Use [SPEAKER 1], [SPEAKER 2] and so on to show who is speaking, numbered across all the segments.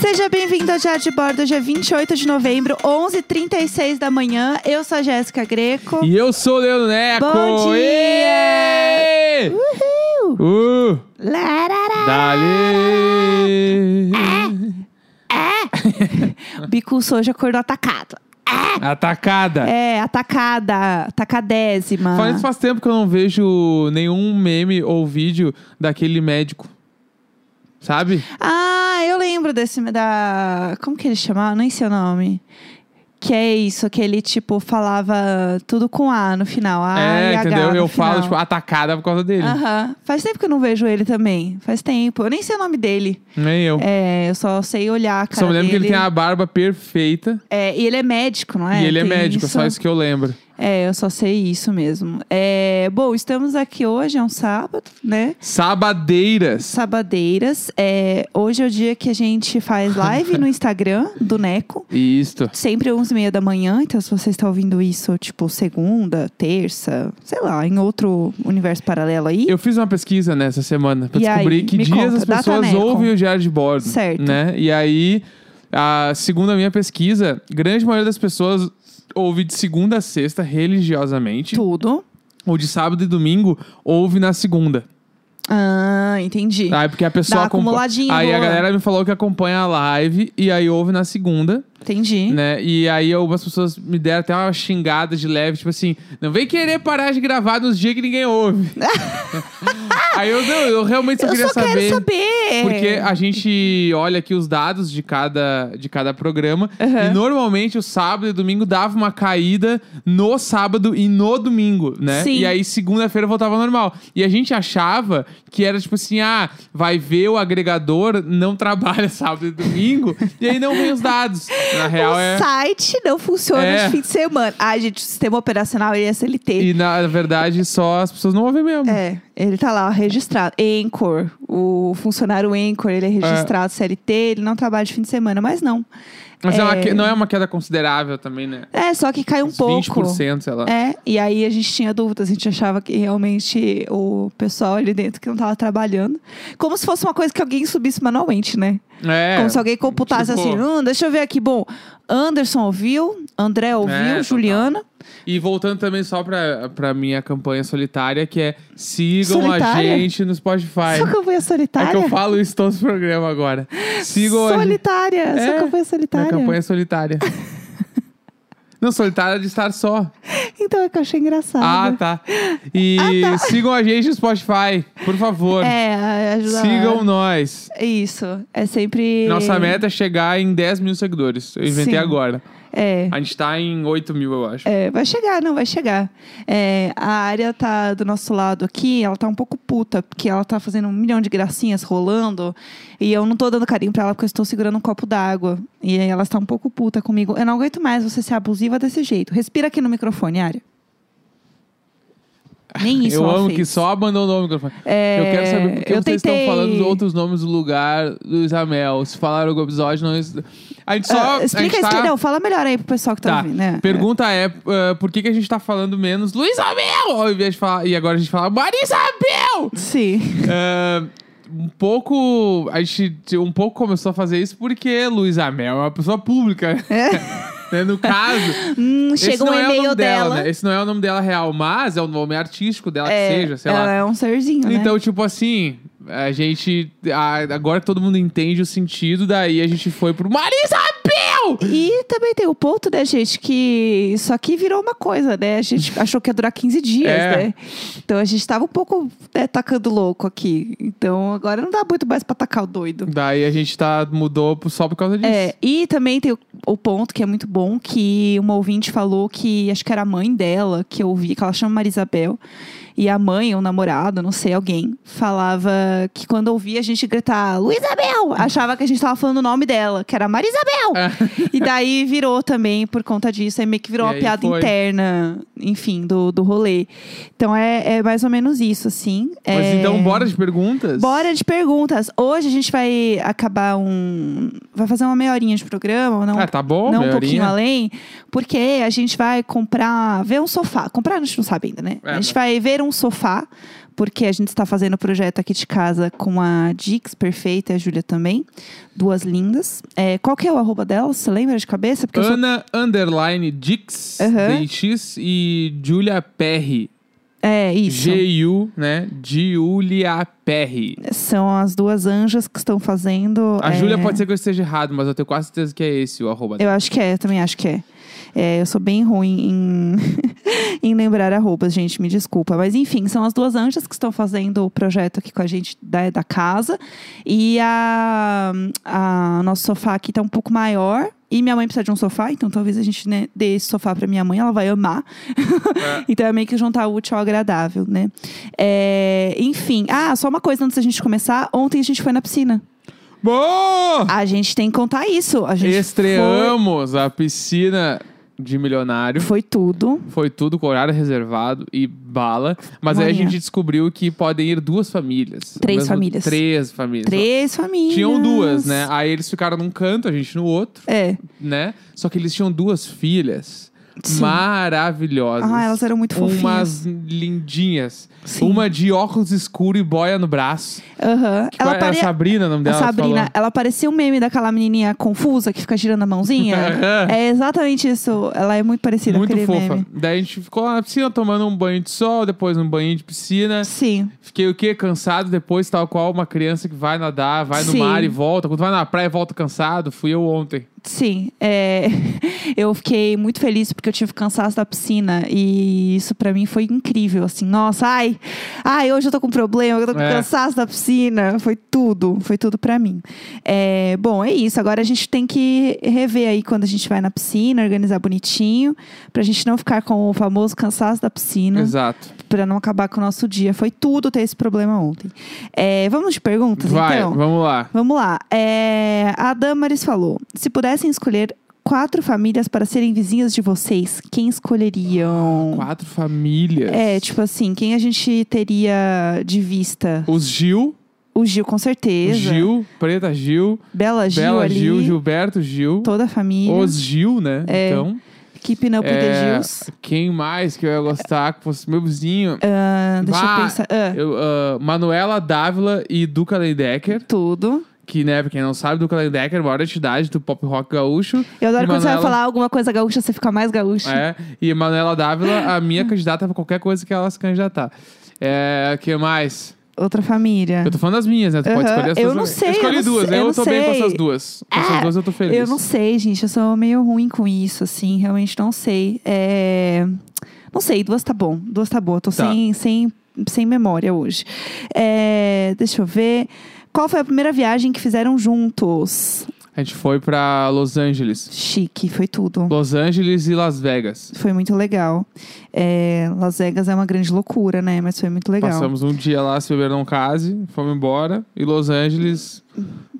[SPEAKER 1] Seja bem-vindo ao Diário de Bordo. Hoje é 28 de novembro, 11h36 da manhã. Eu sou a Jéssica Greco.
[SPEAKER 2] E eu sou o Leandro Neco.
[SPEAKER 1] Bom dia!
[SPEAKER 2] Ê!
[SPEAKER 1] Uhul!
[SPEAKER 2] Uh,
[SPEAKER 1] Larará.
[SPEAKER 2] dali!
[SPEAKER 1] O Bico Soja acordou atacado.
[SPEAKER 2] Atacada!
[SPEAKER 1] É, atacada, atacadésima.
[SPEAKER 2] Faz, faz tempo que eu não vejo nenhum meme ou vídeo daquele médico. Sabe?
[SPEAKER 1] Ah, eu lembro desse da. Como que ele chamava? Nem sei o nome. Que é isso, que ele, tipo, falava tudo com A no final. A
[SPEAKER 2] é,
[SPEAKER 1] e H
[SPEAKER 2] entendeu?
[SPEAKER 1] no
[SPEAKER 2] Eu falo,
[SPEAKER 1] final. Ah.
[SPEAKER 2] tipo, atacada por causa dele.
[SPEAKER 1] Aham. Faz tempo que eu não vejo ele também. Faz tempo. Eu nem sei o nome dele.
[SPEAKER 2] Nem eu.
[SPEAKER 1] É, eu só sei olhar a cara
[SPEAKER 2] Só me lembro que ele
[SPEAKER 1] dele.
[SPEAKER 2] tem a barba perfeita
[SPEAKER 1] É, e ele é médico, não é?
[SPEAKER 2] e ele é
[SPEAKER 1] Tem
[SPEAKER 2] médico, só isso que eu lembro.
[SPEAKER 1] É, eu só sei isso mesmo. É, bom, estamos aqui hoje, é um sábado, né?
[SPEAKER 2] Sabadeiras.
[SPEAKER 1] Sabadeiras. É, hoje é o dia que a gente faz live no Instagram do Neco.
[SPEAKER 2] Isto.
[SPEAKER 1] Sempre 11 e meia da manhã, então se você está ouvindo isso, tipo, segunda, terça, sei lá, em outro universo paralelo aí.
[SPEAKER 2] Eu fiz uma pesquisa nessa semana pra
[SPEAKER 1] E aí,
[SPEAKER 2] descobrir que
[SPEAKER 1] me
[SPEAKER 2] dias
[SPEAKER 1] conta,
[SPEAKER 2] as
[SPEAKER 1] data
[SPEAKER 2] pessoas
[SPEAKER 1] Neco.
[SPEAKER 2] ouvem o diário de bordo.
[SPEAKER 1] Certo.
[SPEAKER 2] Né? E aí, a, segundo a minha pesquisa, grande maioria das pessoas ouve de segunda a sexta religiosamente.
[SPEAKER 1] Tudo.
[SPEAKER 2] Ou de sábado e domingo ouve na segunda.
[SPEAKER 1] Ah, entendi.
[SPEAKER 2] Aí porque a pessoa
[SPEAKER 1] Dá
[SPEAKER 2] acompa-
[SPEAKER 1] acumuladinho,
[SPEAKER 2] Aí a
[SPEAKER 1] boa.
[SPEAKER 2] galera me falou que acompanha a live e aí ouve na segunda,
[SPEAKER 1] Entendi.
[SPEAKER 2] né? E aí algumas pessoas me deram até uma xingada de leve, tipo assim, não vem querer parar de gravar nos dias que ninguém ouve. aí eu, não, eu realmente só
[SPEAKER 1] eu
[SPEAKER 2] queria
[SPEAKER 1] só quero saber.
[SPEAKER 2] Porque a gente olha aqui os dados de cada, de cada programa. E normalmente o sábado e domingo dava uma caída no sábado e no domingo, né?
[SPEAKER 1] Sim.
[SPEAKER 2] E aí segunda-feira voltava ao normal. E a gente achava que era tipo assim: ah, vai ver o agregador, não trabalha sábado e domingo. e aí não vem os dados. Na real
[SPEAKER 1] o
[SPEAKER 2] é.
[SPEAKER 1] site não funciona
[SPEAKER 2] É.
[SPEAKER 1] de fim de semana. Ai, gente, o sistema operacional ele é SLT.
[SPEAKER 2] E na verdade só as pessoas não ouvem mesmo.
[SPEAKER 1] É, ele tá lá ó, registrado. Anchor, o funcionário Anchor, ele é registrado CLT, ele não trabalha de fim de semana, mas não.
[SPEAKER 2] Mas é uma
[SPEAKER 1] É.
[SPEAKER 2] que- não é uma queda considerável também, né?
[SPEAKER 1] É, só que cai um
[SPEAKER 2] Uns
[SPEAKER 1] pouco.
[SPEAKER 2] 20%, sei lá.
[SPEAKER 1] É, e aí a gente tinha dúvidas, a gente achava que realmente o pessoal ali dentro que não tava trabalhando. Como se fosse uma coisa que alguém subisse manualmente, né?
[SPEAKER 2] É.
[SPEAKER 1] Como se alguém computasse
[SPEAKER 2] tipo-
[SPEAKER 1] assim, hum, deixa eu ver aqui. Bom, Anderson ouviu, André ouviu,
[SPEAKER 2] É, total.
[SPEAKER 1] Juliana.
[SPEAKER 2] E voltando também só pra, pra minha campanha solitária, que é sigam
[SPEAKER 1] Solitária?
[SPEAKER 2] a gente no Spotify.
[SPEAKER 1] Sua campanha
[SPEAKER 2] É
[SPEAKER 1] solitária?
[SPEAKER 2] que eu falo isso todos os programas agora. Sigam a gente.
[SPEAKER 1] solitária, sua
[SPEAKER 2] É,
[SPEAKER 1] campanha
[SPEAKER 2] Minha
[SPEAKER 1] solitária.
[SPEAKER 2] campanha é solitária. Não, solitária de estar só.
[SPEAKER 1] Então é que eu achei engraçado.
[SPEAKER 2] Ah, tá. E sigam a gente no Spotify, por favor.
[SPEAKER 1] Ah, tá. É, ajuda
[SPEAKER 2] tá. sigam nós.
[SPEAKER 1] lá. Isso, é sempre...
[SPEAKER 2] Nossa meta é chegar em 10 mil seguidores. Eu inventei
[SPEAKER 1] Sim.
[SPEAKER 2] agora.
[SPEAKER 1] É,
[SPEAKER 2] A gente tá em 8 mil, eu acho.
[SPEAKER 1] é, vai chegar, não, vai chegar. É, a área tá do nosso lado aqui, ela tá um pouco puta, porque ela tá fazendo um milhão de gracinhas rolando, e eu não tô dando carinho pra ela, porque eu estou segurando um copo d'água. E aí ela está um pouco puta comigo. Eu não aguento mais você ser abusiva desse jeito. Respira aqui no microfone, área. Nem isso
[SPEAKER 2] eu
[SPEAKER 1] ela
[SPEAKER 2] amo
[SPEAKER 1] fez.
[SPEAKER 2] que só abandonou o microfone.
[SPEAKER 1] É,
[SPEAKER 2] Eu quero saber por que
[SPEAKER 1] eu
[SPEAKER 2] vocês estão
[SPEAKER 1] tentei-
[SPEAKER 2] falando os outros nomes do lugar do Isamel. Se falaram o episódio, não. A gente
[SPEAKER 1] Ah,
[SPEAKER 2] só. a
[SPEAKER 1] explica,
[SPEAKER 2] gente tá...
[SPEAKER 1] explica. Não, fala melhor aí pro pessoal que tá,
[SPEAKER 2] Tá.
[SPEAKER 1] ouvindo, né?
[SPEAKER 2] Pergunta é, ah, por que, que a gente tá falando menos Luiz Amel? Ao invés de falar. E agora a gente fala Marisabel!
[SPEAKER 1] É. Sim.
[SPEAKER 2] Ah, um pouco. A gente um pouco começou a fazer isso porque Luiz Amel é uma pessoa pública. né? No caso.
[SPEAKER 1] Hum,
[SPEAKER 2] esse
[SPEAKER 1] É. chega um
[SPEAKER 2] não é o
[SPEAKER 1] e-mail
[SPEAKER 2] nome
[SPEAKER 1] dela.
[SPEAKER 2] né? Esse não é o nome dela real, mas é o nome artístico dela
[SPEAKER 1] É,
[SPEAKER 2] que seja, sei
[SPEAKER 1] ela
[SPEAKER 2] lá.
[SPEAKER 1] é um serzinho, né?
[SPEAKER 2] Então, tipo assim, a gente. a- agora que todo mundo entende o sentido, daí a gente foi pro Marisabel!
[SPEAKER 1] E também tem o ponto, né, gente, que isso aqui virou uma coisa, né? A gente achou que ia durar 15 dias,
[SPEAKER 2] É.
[SPEAKER 1] né? Então a gente tava um pouco né, tacando louco aqui. Então agora não dá muito mais pra tacar o doido.
[SPEAKER 2] Daí a gente tá, mudou pro- só por causa disso.
[SPEAKER 1] É, e também tem o, o ponto que é muito bom, que uma ouvinte falou que acho que era a mãe dela, que eu ouvi, que ela chama Marisabel, e a mãe, ou namorado, não sei, alguém, falava que quando ouvia a gente gritar Luizabel, achava que a gente tava falando o nome dela, que era Marisabel. e daí virou também por conta disso, aí meio que virou
[SPEAKER 2] Ah. E
[SPEAKER 1] uma
[SPEAKER 2] aí
[SPEAKER 1] piada
[SPEAKER 2] foi.
[SPEAKER 1] interna, enfim, do, do rolê. Então é, é mais ou menos isso, assim.
[SPEAKER 2] Mas
[SPEAKER 1] É-
[SPEAKER 2] então, bora de perguntas?
[SPEAKER 1] Bora de perguntas. Hoje a gente vai acabar um. Vai fazer uma meia horinha de programa, ou não?
[SPEAKER 2] Ah, tá bom,
[SPEAKER 1] não um
[SPEAKER 2] meia
[SPEAKER 1] pouquinho
[SPEAKER 2] horinha.
[SPEAKER 1] além, porque a gente vai comprar. Ver um sofá. Comprar a gente não sabe ainda, né?
[SPEAKER 2] É,
[SPEAKER 1] a gente
[SPEAKER 2] né?
[SPEAKER 1] vai ver um sofá porque a gente está fazendo o projeto aqui de casa com a Dix Perfeita e a Júlia também. Duas lindas. É, qual que é o arroba delas? Você lembra de cabeça? Porque eu sou-
[SPEAKER 2] Ana Underline Dix,
[SPEAKER 1] Aham.
[SPEAKER 2] DX e Julia Perry.
[SPEAKER 1] É, isso.
[SPEAKER 2] G-U, né? Julia Perry.
[SPEAKER 1] São as duas anjas que estão fazendo.
[SPEAKER 2] A
[SPEAKER 1] é,
[SPEAKER 2] Júlia pode ser que eu esteja errado, mas eu tenho quase certeza que é esse o arroba dela.
[SPEAKER 1] Eu acho que é, também acho que é. É, eu sou bem ruim em, em lembrar arrobas, gente, me desculpa. Mas enfim, são as duas anjas que estão fazendo o projeto aqui com a gente da, da casa. E a, a nosso sofá aqui tá um pouco maior. E minha mãe precisa de um sofá, então talvez a gente né, dê esse sofá pra minha mãe, ela vai amar.
[SPEAKER 2] É.
[SPEAKER 1] Então é meio que juntar o útil ao agradável, né? É, enfim, ah, só uma coisa antes da gente começar. Ontem a gente foi na piscina.
[SPEAKER 2] Boa!
[SPEAKER 1] A gente tem que contar isso. A gente foi-
[SPEAKER 2] Estreamos a piscina de milionário.
[SPEAKER 1] foi tudo.
[SPEAKER 2] Foi tudo com horário reservado e bala. Mas aí a
[SPEAKER 1] Maninha.
[SPEAKER 2] gente descobriu que podem ir duas famílias.
[SPEAKER 1] Três
[SPEAKER 2] Mesmo-
[SPEAKER 1] famílias.
[SPEAKER 2] Três famílias.
[SPEAKER 1] Três famílias.
[SPEAKER 2] Tinham duas, né? Aí eles ficaram num canto, a gente no outro,
[SPEAKER 1] É.
[SPEAKER 2] né? Só que eles tinham duas filhas
[SPEAKER 1] Sim.
[SPEAKER 2] maravilhosas.
[SPEAKER 1] Ah, elas eram muito fofinhas.
[SPEAKER 2] Umas lindinhas.
[SPEAKER 1] Sim.
[SPEAKER 2] Uma de óculos escuro e boia no braço.
[SPEAKER 1] Aham. Ela
[SPEAKER 2] Qual era
[SPEAKER 1] pare...
[SPEAKER 2] Sabrina, o nome
[SPEAKER 1] A
[SPEAKER 2] dela? tu
[SPEAKER 1] Sabrina,
[SPEAKER 2] falou?
[SPEAKER 1] ela parecia um meme daquela menininha confusa que fica girando a mãozinha.
[SPEAKER 2] Aham.
[SPEAKER 1] é exatamente isso. Ela é muito parecida com
[SPEAKER 2] Muito
[SPEAKER 1] aquele
[SPEAKER 2] fofa.
[SPEAKER 1] meme.
[SPEAKER 2] Daí a gente ficou lá na piscina tomando um banho de sol, depois um banho de piscina.
[SPEAKER 1] Sim.
[SPEAKER 2] Fiquei o quê? Cansado depois, tal qual uma criança que vai nadar, vai no
[SPEAKER 1] Sim.
[SPEAKER 2] mar e volta. Quando vai na praia, volta cansado. Fui eu ontem.
[SPEAKER 1] Sim, é, eu fiquei muito feliz porque eu tive cansaço da piscina e isso pra mim foi incrível, assim, nossa, ai, ai, hoje eu tô com problema, eu tô com
[SPEAKER 2] É.
[SPEAKER 1] cansaço da piscina, foi tudo, foi tudo pra mim. É, bom, é isso, agora a gente tem que rever aí quando a gente vai na piscina, organizar bonitinho, pra gente não ficar com o famoso cansaço da piscina,
[SPEAKER 2] Exato.
[SPEAKER 1] pra não acabar com o nosso dia, foi tudo ter esse problema ontem. É, vamos de perguntas,
[SPEAKER 2] Vai,
[SPEAKER 1] então?
[SPEAKER 2] vamos lá.
[SPEAKER 1] Vamos lá. É, a Damaris falou: se pudessem escolher quatro famílias para serem vizinhas de vocês, quem escolheriam?
[SPEAKER 2] Quatro famílias.
[SPEAKER 1] Hum. É, tipo assim, quem a gente teria de vista?
[SPEAKER 2] Os Gil,
[SPEAKER 1] O Gil, com certeza.
[SPEAKER 2] Gil, Preta Gil,
[SPEAKER 1] Bela Gil
[SPEAKER 2] Bela
[SPEAKER 1] ali.
[SPEAKER 2] Gil, Gilberto Gil.
[SPEAKER 1] Toda a família.
[SPEAKER 2] Os Gil, né?
[SPEAKER 1] É.
[SPEAKER 2] Então.
[SPEAKER 1] Keeping up with
[SPEAKER 2] é,
[SPEAKER 1] the Gils.
[SPEAKER 2] Quem mais que eu ia gostar que fosse meu vizinho?
[SPEAKER 1] Ah, deixa
[SPEAKER 2] Bah,
[SPEAKER 1] eu pensar. Ah,
[SPEAKER 2] Eu, ah, Manuela Dávila e Duca Leidecker.
[SPEAKER 1] Tudo.
[SPEAKER 2] Que, né, pra quem não sabe, Duca Leidecker, maior entidade do pop rock gaúcho.
[SPEAKER 1] Eu adoro
[SPEAKER 2] E
[SPEAKER 1] quando você vai
[SPEAKER 2] Manuela-
[SPEAKER 1] falar alguma coisa gaúcha, você fica mais gaúcha.
[SPEAKER 2] É, e Manuela Dávila, a minha candidata pra qualquer coisa que ela se candidatar. É, que mais?
[SPEAKER 1] Outra família.
[SPEAKER 2] Eu tô falando das minhas, né? Tu
[SPEAKER 1] É.
[SPEAKER 2] pode
[SPEAKER 1] Aham,
[SPEAKER 2] escolher as
[SPEAKER 1] eu
[SPEAKER 2] tuas
[SPEAKER 1] não
[SPEAKER 2] também.
[SPEAKER 1] sei,
[SPEAKER 2] Eu escolhi
[SPEAKER 1] eu não
[SPEAKER 2] duas,
[SPEAKER 1] sei, eu
[SPEAKER 2] eu,
[SPEAKER 1] não
[SPEAKER 2] tô bem com
[SPEAKER 1] sei. É,
[SPEAKER 2] essas duas. Com essas duas eu tô feliz.
[SPEAKER 1] Eu não sei, gente. Eu sou meio ruim com isso, assim. Realmente não sei. É, Não sei, duas tá bom. Duas tá boa. Tô
[SPEAKER 2] Tá.
[SPEAKER 1] Sem, sem, sem memória hoje. É, Deixa eu ver. Qual foi a primeira viagem que fizeram juntos?
[SPEAKER 2] A gente foi pra Los Angeles.
[SPEAKER 1] Chique, foi tudo.
[SPEAKER 2] Los Angeles e Las Vegas.
[SPEAKER 1] Foi muito legal. É, Las Vegas é uma grande loucura, né? Mas foi muito legal.
[SPEAKER 2] Passamos um dia lá, se beber não case, fomos embora. E Los Angeles,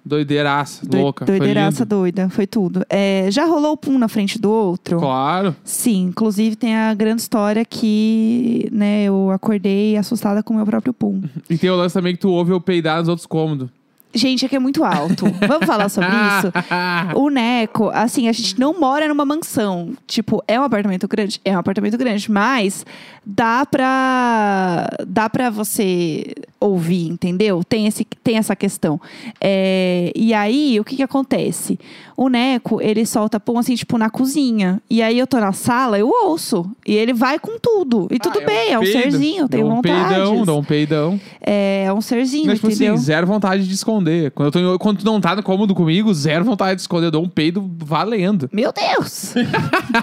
[SPEAKER 2] doideiraça,
[SPEAKER 1] Doi-
[SPEAKER 2] louca. foi
[SPEAKER 1] Doideiraça
[SPEAKER 2] lindo.
[SPEAKER 1] doida, foi tudo. É, já rolou o pum na frente do outro?
[SPEAKER 2] Claro.
[SPEAKER 1] Sim, inclusive tem a grande história que, né, eu acordei assustada com o meu próprio pum.
[SPEAKER 2] E tem o lance também que tu ouve eu peidar nos outros cômodos. Ah,
[SPEAKER 1] Gente, aqui é muito alto. Vamos falar sobre isso? O Neco, assim, a gente não mora numa mansão. Tipo, é um apartamento grande? É um apartamento grande, mas dá pra, dá pra você ouvir, entendeu? Tem, esse, tem essa questão. É, e aí, o que que acontece? O Neco, ele solta pão, assim, tipo, na cozinha. E aí, eu tô na sala, eu ouço. E ele vai com tudo. E tudo
[SPEAKER 2] Ah,
[SPEAKER 1] bem, é um,
[SPEAKER 2] peido.
[SPEAKER 1] serzinho, eu
[SPEAKER 2] Dá
[SPEAKER 1] tenho
[SPEAKER 2] um
[SPEAKER 1] vontade.
[SPEAKER 2] peidão, dá um peidão.
[SPEAKER 1] É, é um serzinho,
[SPEAKER 2] Mas, tipo
[SPEAKER 1] entendeu?
[SPEAKER 2] assim, zero vontade de esconder. Quando, eu tô em- quando tu não tá no cômodo comigo, zero vontade de esconder. Eu dou um peido valendo.
[SPEAKER 1] Meu Deus!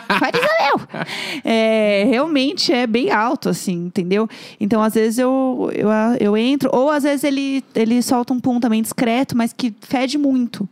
[SPEAKER 1] Fariseu! É, realmente é bem alto, assim, entendeu? Então, às vezes eu, eu, eu entro, ou às vezes ele, ele solta um pum também discreto, mas que fede muito.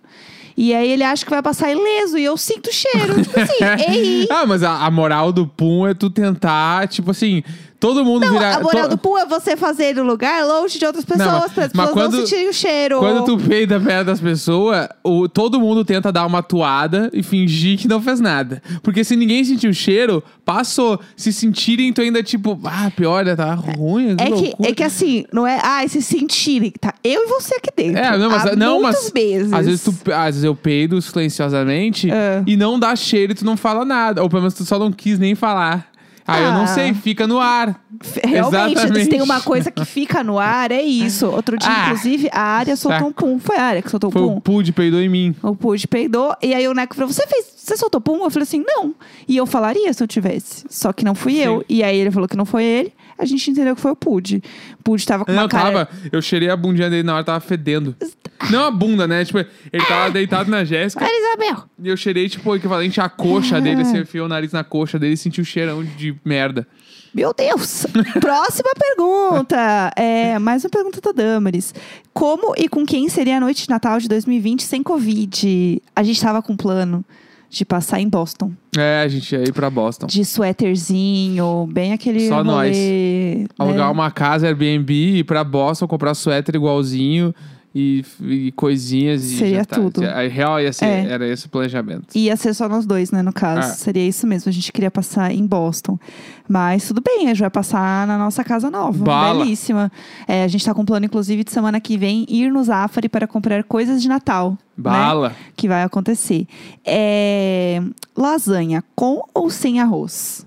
[SPEAKER 1] E aí ele acha que vai passar ileso e eu sinto o cheiro. tipo assim, ei!
[SPEAKER 2] Ah, mas a, a moral do pum é tu tentar, tipo assim, todo mundo virar.
[SPEAKER 1] A moral
[SPEAKER 2] to-
[SPEAKER 1] do pum é você fazer no lugar longe de outras pessoas,
[SPEAKER 2] mas-
[SPEAKER 1] para as
[SPEAKER 2] mas
[SPEAKER 1] pessoas não
[SPEAKER 2] quando-
[SPEAKER 1] sentirem o cheiro.
[SPEAKER 2] Quando tu peida perto das pessoas, o, todo mundo tenta dar uma toada e fingir que não fez nada. Porque se ninguém sentir o cheiro, passou. Se sentirem, tu ainda tipo, ah, pior, tá ruim.
[SPEAKER 1] É que,
[SPEAKER 2] loucura. né?
[SPEAKER 1] é que assim, não é. Ah, se sentirem, tá? Eu e você aqui dentro.
[SPEAKER 2] É, não, mas,
[SPEAKER 1] há
[SPEAKER 2] não,
[SPEAKER 1] muitas
[SPEAKER 2] mas
[SPEAKER 1] vezes.
[SPEAKER 2] Às vezes, tu, às vezes eu peido silenciosamente
[SPEAKER 1] É.
[SPEAKER 2] e não dá cheiro e tu não fala nada. Ou pelo menos tu só não quis nem falar. Ah, eu não
[SPEAKER 1] Ah.
[SPEAKER 2] sei, fica no ar.
[SPEAKER 1] Realmente,
[SPEAKER 2] Exatamente.
[SPEAKER 1] se tem uma coisa que fica no ar, é isso. Outro dia,
[SPEAKER 2] Ah,
[SPEAKER 1] inclusive, a área soltou
[SPEAKER 2] saco.
[SPEAKER 1] um pum. Foi a área que soltou
[SPEAKER 2] Foi
[SPEAKER 1] um pum.
[SPEAKER 2] o Pud peidou em mim.
[SPEAKER 1] O Pud peidou. E aí o Neco falou: Você fez. Você soltou pum? Eu falei assim, não. E eu falaria se eu tivesse. Só que não fui
[SPEAKER 2] Sim.
[SPEAKER 1] eu. E aí ele falou que não foi ele. A gente entendeu que foi o Pud. O Pud tava com uma
[SPEAKER 2] não,
[SPEAKER 1] cara.
[SPEAKER 2] tava. Eu cheirei a bundinha dele na hora, tava fedendo. Não a bunda, né? Tipo, ele tava deitado na Jéssica
[SPEAKER 1] Isabel!
[SPEAKER 2] e eu cheirei, tipo, o equivalente à coxa dele.
[SPEAKER 1] Ah.
[SPEAKER 2] Assim, eu enfiei o nariz na coxa dele e senti o cheirão de merda.
[SPEAKER 1] Meu Deus! Próxima pergunta. É, mais uma pergunta da Damaris. Como e com quem seria a noite de Natal de 2020 sem Covid? A gente tava com um plano de passar em Boston.
[SPEAKER 2] É, a gente ia ir pra Boston.
[SPEAKER 1] De suéterzinho, bem aquele
[SPEAKER 2] Só nós.
[SPEAKER 1] rolê, né?
[SPEAKER 2] Alugar uma casa, Airbnb, ir pra Boston, comprar suéter igualzinho e, e coisinhas. e
[SPEAKER 1] Seria
[SPEAKER 2] jantar.
[SPEAKER 1] tudo.
[SPEAKER 2] A real ia ser,
[SPEAKER 1] É.
[SPEAKER 2] era esse o planejamento.
[SPEAKER 1] Ia ser só nós dois, né, no caso.
[SPEAKER 2] Ah.
[SPEAKER 1] Seria isso mesmo, a gente queria passar em Boston. Mas tudo bem, a gente vai passar na nossa casa nova,
[SPEAKER 2] Bala.
[SPEAKER 1] belíssima. É, a gente tá com um plano, inclusive, de semana que vem ir no Zafari para comprar coisas de Natal. né,
[SPEAKER 2] Bala.
[SPEAKER 1] que vai acontecer. É, Lasanha com ou sem arroz?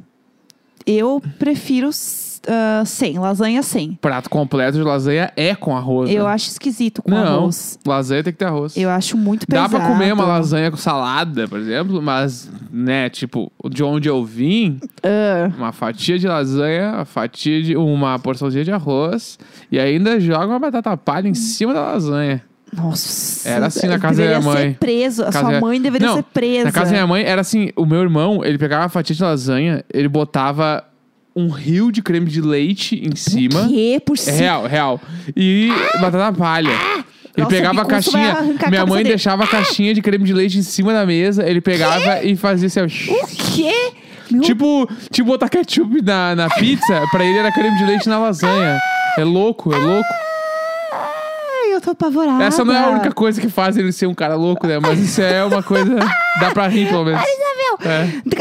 [SPEAKER 1] Eu prefiro s- ah, sem, lasanha sem.
[SPEAKER 2] Prato completo de lasanha é com arroz.
[SPEAKER 1] Eu
[SPEAKER 2] né?
[SPEAKER 1] acho esquisito com
[SPEAKER 2] Não.
[SPEAKER 1] arroz.
[SPEAKER 2] Lasanha tem que ter arroz.
[SPEAKER 1] Eu acho muito
[SPEAKER 2] Dá
[SPEAKER 1] pesado.
[SPEAKER 2] pra comer uma lasanha com salada, por exemplo, mas, né, tipo, de onde eu vim,
[SPEAKER 1] Ah.
[SPEAKER 2] uma fatia de lasanha, uma fatia de. uma porçãozinha de arroz, e ainda joga uma batata palha em cima da lasanha.
[SPEAKER 1] Nossa.
[SPEAKER 2] Era assim na casa da
[SPEAKER 1] deveria
[SPEAKER 2] minha mãe.
[SPEAKER 1] Ser preso. A
[SPEAKER 2] Casa
[SPEAKER 1] sua
[SPEAKER 2] da-
[SPEAKER 1] mãe deveria
[SPEAKER 2] Não,
[SPEAKER 1] ser presa.
[SPEAKER 2] Na casa da minha mãe, era assim, o meu irmão, ele pegava uma fatia de lasanha, ele botava um rio de creme de leite em cima.
[SPEAKER 1] Que por
[SPEAKER 2] É
[SPEAKER 1] cima.
[SPEAKER 2] real, real. E batata palha. Ele
[SPEAKER 1] Ah, Nossa,
[SPEAKER 2] pegava a
[SPEAKER 1] o Bicuço vai
[SPEAKER 2] caixinha.
[SPEAKER 1] arrancar a
[SPEAKER 2] Minha mãe
[SPEAKER 1] cabeça dele.
[SPEAKER 2] deixava a caixinha de creme de leite em cima da mesa. Ele pegava e fazia assim. ó,
[SPEAKER 1] O quê? Meu
[SPEAKER 2] Tipo, tipo botar ketchup na, na pizza, pra ele era creme de leite na lasanha. É louco, é louco.
[SPEAKER 1] Ai, eu tô apavorada.
[SPEAKER 2] Essa não é a única coisa que faz ele ser um cara louco, né? Mas isso é uma coisa. Dá pra rir, pelo menos.
[SPEAKER 1] Isabel.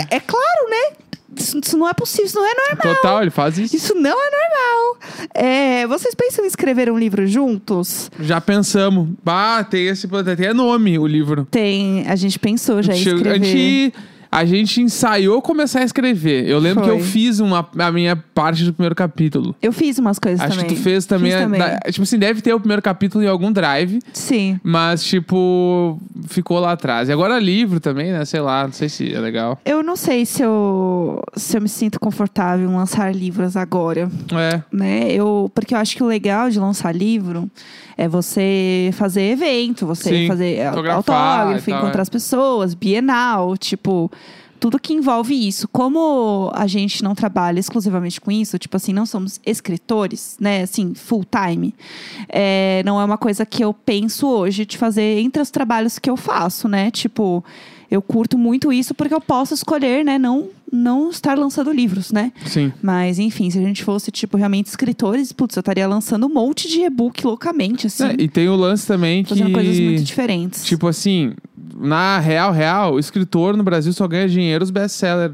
[SPEAKER 2] É.
[SPEAKER 1] É claro, né? Isso, isso não é possível, isso não é normal.
[SPEAKER 2] Total, ele faz isso.
[SPEAKER 1] Isso não é normal. É, vocês pensam em escrever um livro juntos?
[SPEAKER 2] Já pensamos. Ah, tem esse. Tem nome o livro.
[SPEAKER 1] Tem. A gente pensou já em
[SPEAKER 2] Chegou-
[SPEAKER 1] escrever.
[SPEAKER 2] A gente, a gente ensaiou começar a escrever. Eu lembro que eu
[SPEAKER 1] Foi.
[SPEAKER 2] fiz uma, a minha parte do primeiro capítulo.
[SPEAKER 1] Eu fiz umas coisas
[SPEAKER 2] Acho
[SPEAKER 1] também.
[SPEAKER 2] que tu fez também.
[SPEAKER 1] Fiz
[SPEAKER 2] a-
[SPEAKER 1] também.
[SPEAKER 2] da- tipo assim, deve ter o primeiro capítulo em algum drive,
[SPEAKER 1] Sim.
[SPEAKER 2] mas, tipo, ficou lá atrás. E agora livro também, né? Sei lá, não sei se é legal.
[SPEAKER 1] Eu não sei se eu, se eu me sinto confortável em lançar livros agora.
[SPEAKER 2] É.
[SPEAKER 1] né? Eu, porque eu acho que o legal de lançar livro é você fazer evento, você
[SPEAKER 2] Sim,
[SPEAKER 1] fazer au-
[SPEAKER 2] autografar
[SPEAKER 1] autógrafo,
[SPEAKER 2] e tal,
[SPEAKER 1] encontrar
[SPEAKER 2] é.
[SPEAKER 1] as pessoas, bienal, tipo, tudo que envolve isso. Como a gente não trabalha exclusivamente com isso, tipo assim, não somos escritores, né? Assim, full time. é, não é uma coisa que eu penso hoje de fazer entre os trabalhos que eu faço, né? Tipo, eu curto muito isso porque eu posso escolher, né? Não, não estar lançando livros, né?
[SPEAKER 2] Sim.
[SPEAKER 1] Mas, enfim, se a gente fosse, tipo, realmente escritores, putz, eu estaria lançando um monte de e-book loucamente, assim.
[SPEAKER 2] É, e tem o lance também que.
[SPEAKER 1] fazendo coisas muito diferentes.
[SPEAKER 2] Tipo assim, na real, real, o escritor no Brasil só ganha dinheiro os best-seller.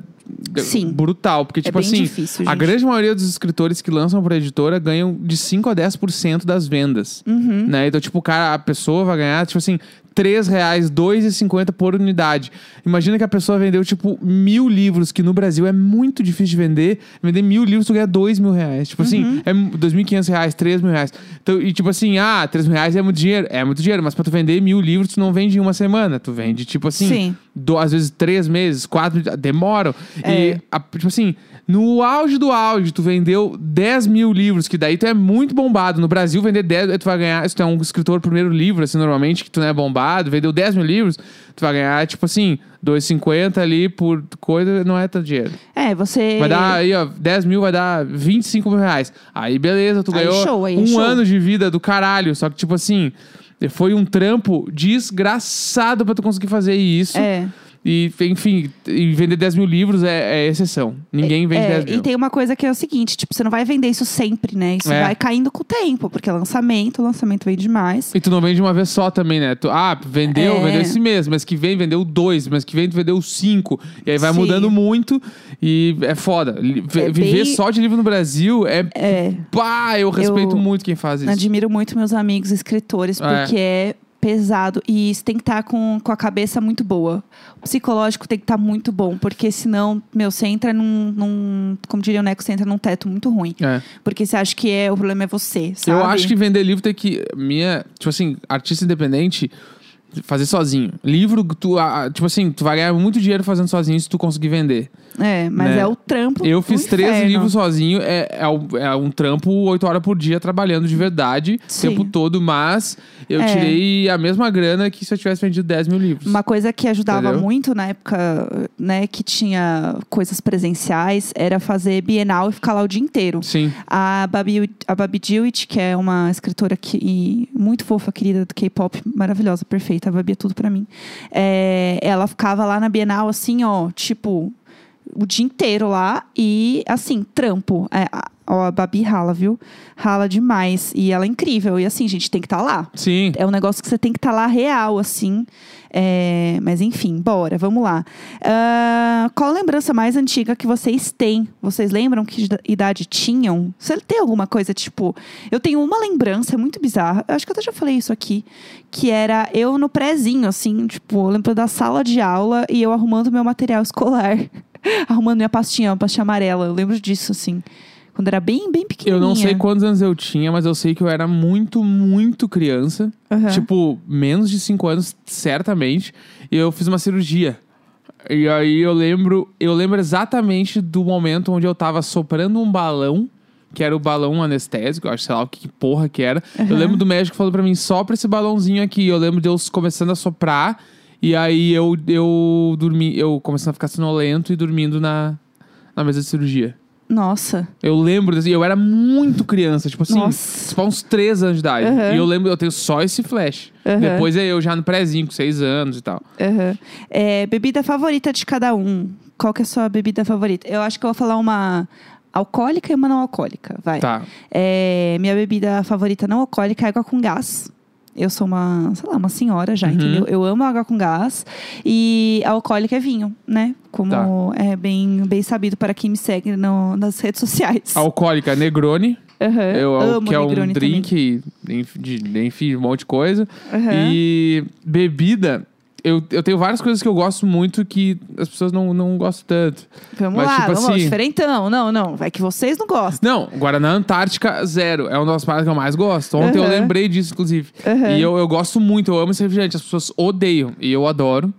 [SPEAKER 1] Sim.
[SPEAKER 2] Brutal. Porque,
[SPEAKER 1] é
[SPEAKER 2] tipo
[SPEAKER 1] bem
[SPEAKER 2] assim,
[SPEAKER 1] difícil,
[SPEAKER 2] A
[SPEAKER 1] gente.
[SPEAKER 2] grande maioria dos escritores que lançam pra editora ganham de 5 a 10% das vendas.
[SPEAKER 1] Uhum.
[SPEAKER 2] Né? Então, tipo, o cara, a pessoa vai ganhar, tipo assim, R$ 3 reais, 2,50 por unidade. Imagina que a pessoa vendeu, tipo, mil livros, que no Brasil é muito difícil de vender. Vender mil livros, tu ganha dois mil reais. Tipo assim,
[SPEAKER 1] Uhum.
[SPEAKER 2] é m- dois mil e quinhentos reais, três mil reais. Então, e tipo assim, ah, três mil reais é muito dinheiro. É muito dinheiro, mas pra tu vender mil livros, tu não vende em uma semana. Tu vende, tipo assim,
[SPEAKER 1] Sim.
[SPEAKER 2] do- às vezes três meses, quatro, demoram.
[SPEAKER 1] É.
[SPEAKER 2] E, a- tipo assim, no auge do auge, tu vendeu 10 mil livros, que daí tu é muito bombado. No Brasil, vender 10, eh, tu vai ganhar. Se tu é um escritor primeiro livro, assim, normalmente, que tu não é bombado, vendeu 10 mil livros, tu vai ganhar, tipo assim, 2,50 ali por coisa, não é tanto dinheiro.
[SPEAKER 1] É, você.
[SPEAKER 2] Vai dar aí, ó, 10 mil vai dar 25 mil reais. Aí beleza, tu
[SPEAKER 1] Aí
[SPEAKER 2] ganhou
[SPEAKER 1] show, aí
[SPEAKER 2] um
[SPEAKER 1] show.
[SPEAKER 2] ano de vida do caralho. Só que, tipo assim, foi um trampo desgraçado pra tu conseguir fazer isso.
[SPEAKER 1] É,
[SPEAKER 2] E, enfim, e vender 10 mil livros é, é exceção. Ninguém vende
[SPEAKER 1] é,
[SPEAKER 2] 10
[SPEAKER 1] e
[SPEAKER 2] mil.
[SPEAKER 1] tem uma coisa que é o seguinte: tipo, você não vai vender isso sempre, né? Isso
[SPEAKER 2] É.
[SPEAKER 1] vai caindo com o tempo, porque é lançamento, lançamento vem demais.
[SPEAKER 2] E tu não vende uma vez só também, né? Tu, ah, vendeu,
[SPEAKER 1] É.
[SPEAKER 2] vendeu esse mês, mas que vem vendeu dois, mas que vem vendeu cinco. E aí vai
[SPEAKER 1] Sim.
[SPEAKER 2] mudando muito e é foda. Li-
[SPEAKER 1] É
[SPEAKER 2] Viver
[SPEAKER 1] bem-
[SPEAKER 2] só de livro no Brasil é.
[SPEAKER 1] É.
[SPEAKER 2] Pá, eu respeito muito quem faz isso.
[SPEAKER 1] Admiro muito meus amigos escritores,
[SPEAKER 2] É.
[SPEAKER 1] porque é pesado. E isso tem que estar com, com a cabeça muito boa. O psicológico tem que estar muito bom, porque senão, meu, você entra num, num- Como diria o Neco, você entra num teto muito ruim.
[SPEAKER 2] É.
[SPEAKER 1] Porque você acha que é, o problema é você, sabe?
[SPEAKER 2] Eu acho que vender livro tem que. Minha. Tipo assim, artista independente, fazer sozinho. Livro, tu, ah, ah, tipo assim, tu vai ganhar muito dinheiro fazendo sozinho se tu conseguir vender.
[SPEAKER 1] É, mas
[SPEAKER 2] né?
[SPEAKER 1] é o trampo.
[SPEAKER 2] Eu
[SPEAKER 1] do
[SPEAKER 2] fiz três
[SPEAKER 1] inferno.
[SPEAKER 2] livros sozinho, é, é, um- é um trampo oito horas por dia trabalhando de verdade, o
[SPEAKER 1] Sim.
[SPEAKER 2] tempo todo, mas eu
[SPEAKER 1] É.
[SPEAKER 2] tirei a mesma grana que se eu tivesse vendido 10 mil livros.
[SPEAKER 1] Uma coisa que ajudava
[SPEAKER 2] Entendeu?
[SPEAKER 1] muito na época, né, que tinha coisas presenciais, era fazer bienal e ficar lá o dia inteiro.
[SPEAKER 2] Sim.
[SPEAKER 1] A Babi, a Babi Dewitt, que é uma escritora que, e muito fofa, querida do K-pop, maravilhosa, perfeita, a Babi é tudo pra mim. É, ela ficava lá na Bienal, assim, ó, tipo, o dia inteiro lá e, assim, trampo. É, a- ó, a Babi rala, viu? Rala demais. E ela é incrível. E, assim, gente, tem que estar lá.
[SPEAKER 2] Sim.
[SPEAKER 1] É um negócio que você tem que estar lá real, assim. É, mas enfim, bora, vamos lá. Ah, qual a lembrança mais antiga que vocês têm? Vocês lembram que ida- idade tinham? Você tem alguma coisa, tipo... Eu tenho uma lembrança muito bizarra. Eu acho que eu até já falei isso aqui. Que era eu no prézinho, assim. Tipo, eu lembro da sala de aula e eu arrumando meu material escolar. arrumando minha pastinha, uma pastinha amarela. Eu lembro disso, assim. Quando era bem, bem
[SPEAKER 2] Eu
[SPEAKER 1] pequenininha.
[SPEAKER 2] não sei quantos anos eu tinha, mas eu sei que eu era muito, muito criança.
[SPEAKER 1] Aham.
[SPEAKER 2] Tipo, menos de 5 anos, certamente. E eu fiz uma cirurgia. E aí eu lembro, eu lembro exatamente do momento onde eu tava soprando um balão, que era o balão anestésico, eu acho, sei lá o que porra que era. Eu lembro do médico falando pra mim, sopra esse balãozinho aqui. Eu lembro de eu começando a soprar, e aí eu, eu dormi, eu começando a ficar sonolento e dormindo na, na mesa de cirurgia.
[SPEAKER 1] Nossa.
[SPEAKER 2] Eu lembro, desse- eu era muito criança, tipo assim,
[SPEAKER 1] Nossa.
[SPEAKER 2] tipo, uns 3 anos de idade.
[SPEAKER 1] Aham.
[SPEAKER 2] E eu lembro, eu tenho só esse flash.
[SPEAKER 1] Aham.
[SPEAKER 2] Depois é eu já no prézinho, com 6 anos e tal.
[SPEAKER 1] Aham. É, bebida favorita de cada um. Qual que é a sua bebida favorita? Eu acho que eu vou falar uma alcoólica e uma não alcoólica, vai.
[SPEAKER 2] Tá.
[SPEAKER 1] É, minha bebida favorita não alcoólica é água com gás. Eu sou uma, sei lá, uma senhora
[SPEAKER 2] Uhum.
[SPEAKER 1] já, entendeu? Eu amo água com gás. E a alcoólica é vinho, né? Como
[SPEAKER 2] Tá.
[SPEAKER 1] é bem, bem sabido para quem me segue no- nas redes sociais.
[SPEAKER 2] Alcoólica, Negroni,
[SPEAKER 1] Aham.
[SPEAKER 2] eu,
[SPEAKER 1] amo
[SPEAKER 2] que é um
[SPEAKER 1] Negroni
[SPEAKER 2] drink, enf- de- enfim, um monte de coisa.
[SPEAKER 1] Também. Aham.
[SPEAKER 2] E bebida, eu, eu tenho várias coisas que eu gosto muito que as pessoas não, não gostam tanto.
[SPEAKER 1] Vamos
[SPEAKER 2] mas
[SPEAKER 1] lá,
[SPEAKER 2] tipo
[SPEAKER 1] vamos lá,
[SPEAKER 2] assim-
[SPEAKER 1] diferentão. Não, não, é que vocês não gostam.
[SPEAKER 2] Não, Guaraná Antártica, zero. É uma das paradas que eu mais gosto. Ontem eu
[SPEAKER 1] Aham.
[SPEAKER 2] lembrei disso, inclusive.
[SPEAKER 1] Aham.
[SPEAKER 2] E eu, eu gosto muito, eu amo esse refrigerante. As pessoas odeiam. E eu adoro.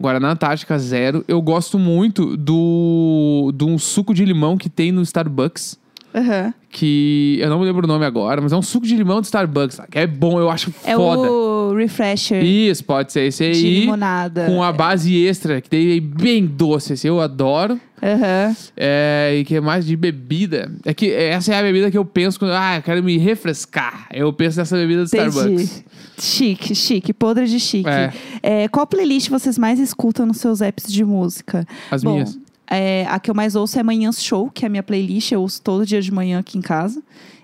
[SPEAKER 2] Guaraná Antártica, zero. Eu gosto muito do, de um suco de limão que tem no Starbucks.
[SPEAKER 1] Aham.
[SPEAKER 2] Que eu não me lembro o nome agora, mas é um suco de limão do Starbucks. sabe? Que é bom, eu acho
[SPEAKER 1] É
[SPEAKER 2] foda.
[SPEAKER 1] o refresher.
[SPEAKER 2] Isso, pode ser esse aí.
[SPEAKER 1] de limonada.
[SPEAKER 2] Com a base extra, que tem bem doce. Esse eu adoro.
[SPEAKER 1] Aham.
[SPEAKER 2] É, e que é mais de bebida. É que essa é a bebida que eu penso quando. Ah, eu quero me refrescar. Eu penso nessa bebida do Starbucks.
[SPEAKER 1] Entendi. Chique, chique, podre de chique.
[SPEAKER 2] É.
[SPEAKER 1] É, qual playlist vocês mais escutam nos seus apps de música?
[SPEAKER 2] As
[SPEAKER 1] Bom,
[SPEAKER 2] minhas.
[SPEAKER 1] é, a que eu mais ouço é Manhãs Show, que é a minha playlist. Eu ouço todo dia de manhã aqui em casa.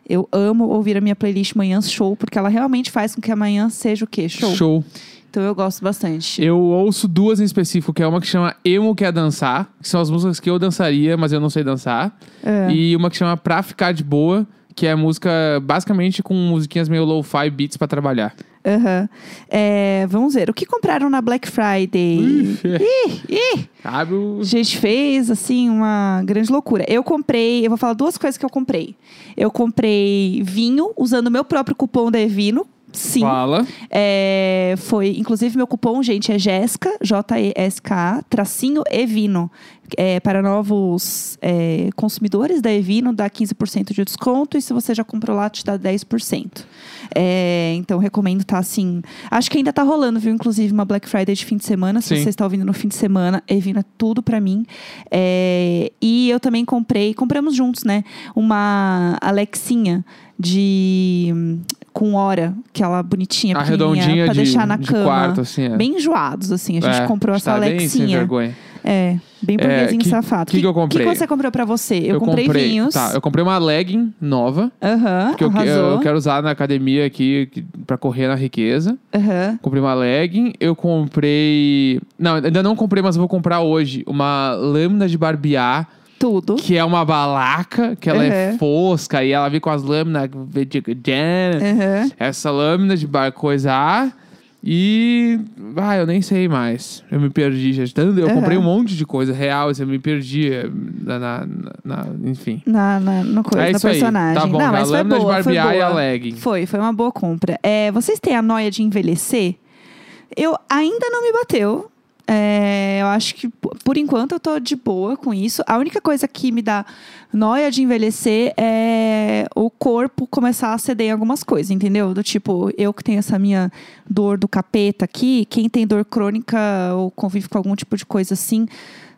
[SPEAKER 1] Eu amo ouvir a minha playlist Manhãs Show, porque ela realmente faz com que amanhã seja o quê? Show. Então eu gosto bastante.
[SPEAKER 2] Eu ouço duas em específico, que é uma que chama Emo Quer Dançar, que são as músicas que eu dançaria, mas eu não sei dançar.
[SPEAKER 1] É.
[SPEAKER 2] E uma que chama Pra Ficar de Boa, que é música basicamente com musiquinhas meio lo-fi beats pra trabalhar.
[SPEAKER 1] Aham. É, vamos ver. O que compraram na Black Friday? Ih, ih,
[SPEAKER 2] Sabe? o-
[SPEAKER 1] A gente fez, assim, uma grande loucura. Eu comprei, eu vou falar duas coisas que eu comprei. Eu comprei vinho usando o meu próprio cupom da Evino. Sim.
[SPEAKER 2] Fala.
[SPEAKER 1] É, foi, inclusive, meu cupom, gente, é Jéssica, J-E-S-K, tracinho Evino. É, para novos é, consumidores da Evino, dá 15% de desconto. E se você já comprou lá, te dá 10%. É, então, recomendo, tá assim. Acho que ainda tá rolando, viu? Inclusive, uma Black Friday de fim de semana. Se
[SPEAKER 2] Sim.
[SPEAKER 1] você está ouvindo no fim de semana, Evino é tudo pra mim. É, e eu também comprei, compramos juntos, né? Uma Alexinha de. hum, Com hora, aquela bonitinha,
[SPEAKER 2] A
[SPEAKER 1] pequenininha,
[SPEAKER 2] redondinha
[SPEAKER 1] pra
[SPEAKER 2] de,
[SPEAKER 1] deixar na
[SPEAKER 2] de
[SPEAKER 1] cama.
[SPEAKER 2] quarto, assim. É.
[SPEAKER 1] Bem enjoados, assim. A gente
[SPEAKER 2] É,
[SPEAKER 1] comprou essa
[SPEAKER 2] tá bem sem
[SPEAKER 1] Alexinha.
[SPEAKER 2] vergonha.
[SPEAKER 1] é, bem burguesinho
[SPEAKER 2] que-
[SPEAKER 1] safado.
[SPEAKER 2] que que eu comprei?
[SPEAKER 1] O que você comprou pra você? Eu, comprei, vinhos.
[SPEAKER 2] Tá, eu comprei uma legging nova.
[SPEAKER 1] Aham,
[SPEAKER 2] Porque eu, que-
[SPEAKER 1] arrasou.
[SPEAKER 2] eu quero usar na academia aqui que- pra correr na riqueza.
[SPEAKER 1] Aham.
[SPEAKER 2] Comprei uma legging. Eu comprei. Não, ainda não comprei, mas vou comprar hoje. Uma lâmina de barbear,
[SPEAKER 1] Tudo.
[SPEAKER 2] que é uma balaca, que ela é
[SPEAKER 1] Uhum.
[SPEAKER 2] fosca e ela vem com as lâminas.
[SPEAKER 1] É. Aham.
[SPEAKER 2] Essa lâmina de bar coisa. E. Ah, eu nem sei mais. Eu me perdi já. de tanto- Eu
[SPEAKER 1] Aham.
[SPEAKER 2] comprei um monte de coisa real, assim, eu me perdi. eh, Na, na- na- na- enfim.
[SPEAKER 1] Na, na, no coisa,
[SPEAKER 2] é
[SPEAKER 1] na
[SPEAKER 2] isso aí.
[SPEAKER 1] personagem.
[SPEAKER 2] Tá bom,
[SPEAKER 1] Não,
[SPEAKER 2] na
[SPEAKER 1] mas foi
[SPEAKER 2] lâmina
[SPEAKER 1] boa,
[SPEAKER 2] de
[SPEAKER 1] foi
[SPEAKER 2] barbear e a
[SPEAKER 1] boa.
[SPEAKER 2] legging.
[SPEAKER 1] Foi, foi uma boa compra. É, vocês têm a noia de envelhecer? Eu ainda não me bateu. É, eu acho que, po- por enquanto, eu tô de boa com isso. A única coisa que me dá noia de envelhecer é o corpo começar a ceder em algumas coisas, entendeu? Do tipo, eu que tenho essa minha dor do capeta aqui, quem tem dor crônica ou convive com algum tipo de coisa assim,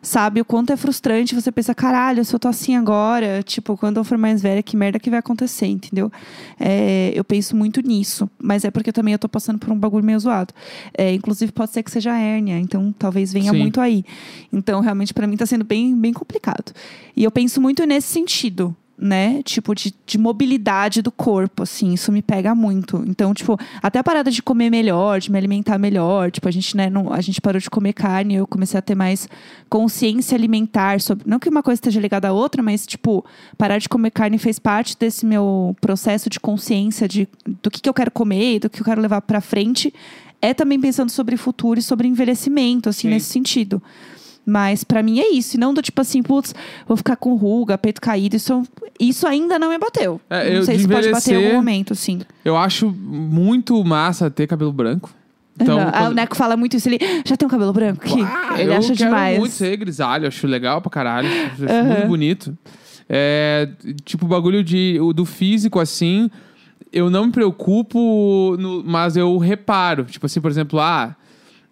[SPEAKER 1] sabe o quanto é frustrante você pensar, caralho, se eu tô assim agora, tipo, quando eu for mais velha, que merda que vai acontecer, entendeu? É, eu penso muito nisso, mas é porque também eu tô passando por um bagulho meio zoado. É, inclusive, pode ser que seja hérnia, então talvez venha
[SPEAKER 2] Sim.
[SPEAKER 1] muito aí. Então, realmente, pra mim tá sendo bem, bem complicado. E eu penso muito nesse sentido. Né? Tipo, de, de mobilidade do corpo, assim, isso me pega muito. Então, tipo, até a parada de comer melhor, de me alimentar melhor. Tipo, a gente, né, não, a gente parou de comer carne, eu comecei a ter mais consciência alimentar sobre. Não que uma coisa esteja ligada à outra, mas, tipo, parar de comer carne fez parte desse meu processo de consciência de, do que, que eu quero comer e do que eu quero levar pra frente. É também pensando sobre futuro e sobre envelhecimento, assim,
[SPEAKER 2] Sim.
[SPEAKER 1] nesse sentido. Mas pra mim é isso. E não do tipo assim, putz, vou ficar com ruga, peito caído. Isso, isso ainda não me bateu.
[SPEAKER 2] É,
[SPEAKER 1] não
[SPEAKER 2] eu
[SPEAKER 1] sei
[SPEAKER 2] de
[SPEAKER 1] se pode bater em
[SPEAKER 2] envelhecer-
[SPEAKER 1] algum momento, assim.
[SPEAKER 2] Eu acho muito massa ter cabelo branco. Então,
[SPEAKER 1] Aham. Ah,
[SPEAKER 2] quando-
[SPEAKER 1] O Neco fala muito isso. Ele já tem um cabelo branco? Que
[SPEAKER 2] Ah,
[SPEAKER 1] ele
[SPEAKER 2] eu
[SPEAKER 1] acha
[SPEAKER 2] quero
[SPEAKER 1] demais.
[SPEAKER 2] muito ser grisalho, acho legal pra caralho. Acho
[SPEAKER 1] Aham.
[SPEAKER 2] muito bonito. É, tipo, o bagulho de, o do físico, assim, eu não me preocupo, no- mas eu reparo. Tipo assim, por exemplo, ah,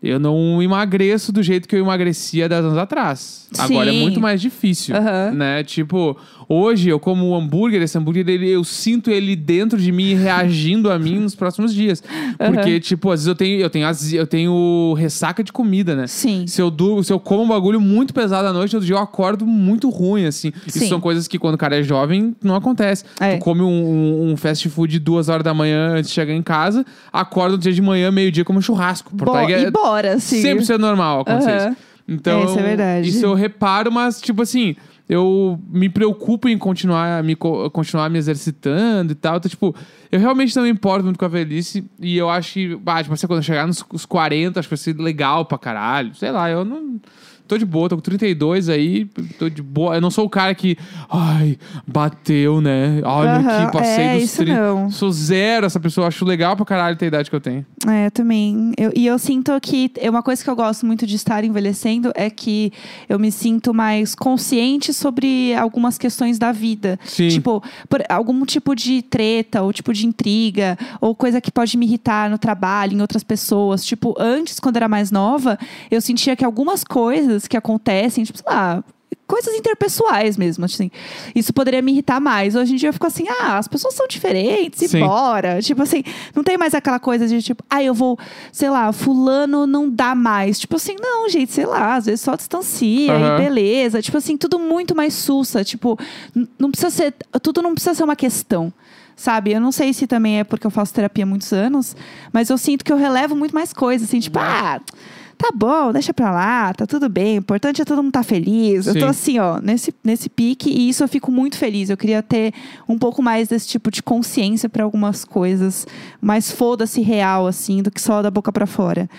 [SPEAKER 2] eu não emagreço do jeito que eu emagrecia 10 anos atrás. Agora é
[SPEAKER 1] Sim.
[SPEAKER 2] muito mais difícil,
[SPEAKER 1] Aham.
[SPEAKER 2] né? Tipo, hoje eu como um hambúrguer, esse hambúrguer, ele- eu sinto ele dentro de mim e reagindo a mim nos próximos dias. Porque, tipo, às vezes eu tenho, eu, tenho, azi- eu tenho ressaca de comida, né?
[SPEAKER 1] Sim.
[SPEAKER 2] Se eu, durmo, se eu como um bagulho muito pesado à noite, outro dia eu acordo muito ruim, assim.
[SPEAKER 1] Sim.
[SPEAKER 2] Isso são coisas que quando o cara é jovem, não acontece.
[SPEAKER 1] É.
[SPEAKER 2] Tu come um, um- um fast food duas horas da manhã antes de chegar em casa, acorda no dia de manhã, meio-dia, como um churrasco. Porto
[SPEAKER 1] Bo-
[SPEAKER 2] Alegre
[SPEAKER 1] e bora, assim.
[SPEAKER 2] sempre isso é normal acontecer
[SPEAKER 1] Aham.
[SPEAKER 2] isso. Então,
[SPEAKER 1] É, isso é verdade.
[SPEAKER 2] isso eu reparo, mas, tipo assim, eu me preocupo em continuar me, co- continuar me exercitando e tal. Então, tipo, eu realmente não me importo muito com a velhice. E eu acho que, ah, tipo assim, quando eu chegar nos os 40, acho que vai ser legal pra caralho. Sei lá, eu não. Tô de boa, tô com 32 aí, tô de boa. Eu não sou o cara que. Ai, bateu, né? Olha
[SPEAKER 1] Aham,
[SPEAKER 2] aqui, passei
[SPEAKER 1] é,
[SPEAKER 2] dos
[SPEAKER 1] isso não.
[SPEAKER 2] Sou zero essa pessoa, acho legal pra caralho ter a idade que eu tenho.
[SPEAKER 1] É, eu também. Eu- e eu sinto que é uma coisa que eu gosto muito de estar envelhecendo é que eu me sinto mais consciente sobre algumas questões da vida.
[SPEAKER 2] Sim.
[SPEAKER 1] Tipo, por algum tipo de treta, ou tipo de intriga, ou coisa que pode me irritar no trabalho, em outras pessoas. Tipo, antes, quando era mais nova, eu sentia que algumas coisas que acontecem, tipo, sei lá. Coisas interpessoais mesmo, assim. Isso poderia me irritar mais. Hoje em dia eu fico assim, ah, as pessoas são diferentes, e
[SPEAKER 2] Sim.
[SPEAKER 1] bora. Tipo assim, não tem mais aquela coisa de tipo, ah, eu vou, sei lá, fulano não dá mais. Tipo assim, não, gente, sei lá, às vezes só distancia e
[SPEAKER 2] Aham.
[SPEAKER 1] beleza. Tipo assim, tudo muito mais sussa. Tipo, n- não precisa ser. Tudo não precisa ser uma questão. Sabe? Eu não sei se também é porque eu faço terapia há muitos anos, mas eu sinto que eu relevo muito mais coisas, assim,
[SPEAKER 2] Uhum.
[SPEAKER 1] tipo, ah. Tá bom, deixa pra lá, tá tudo bem. O importante é todo mundo tá feliz. Eu tô
[SPEAKER 2] Sim.
[SPEAKER 1] assim, ó, nesse, nesse pique, e isso eu fico muito feliz. Eu queria ter um pouco mais desse tipo de consciência pra algumas coisas, mais foda-se real, assim, do que só da boca pra fora.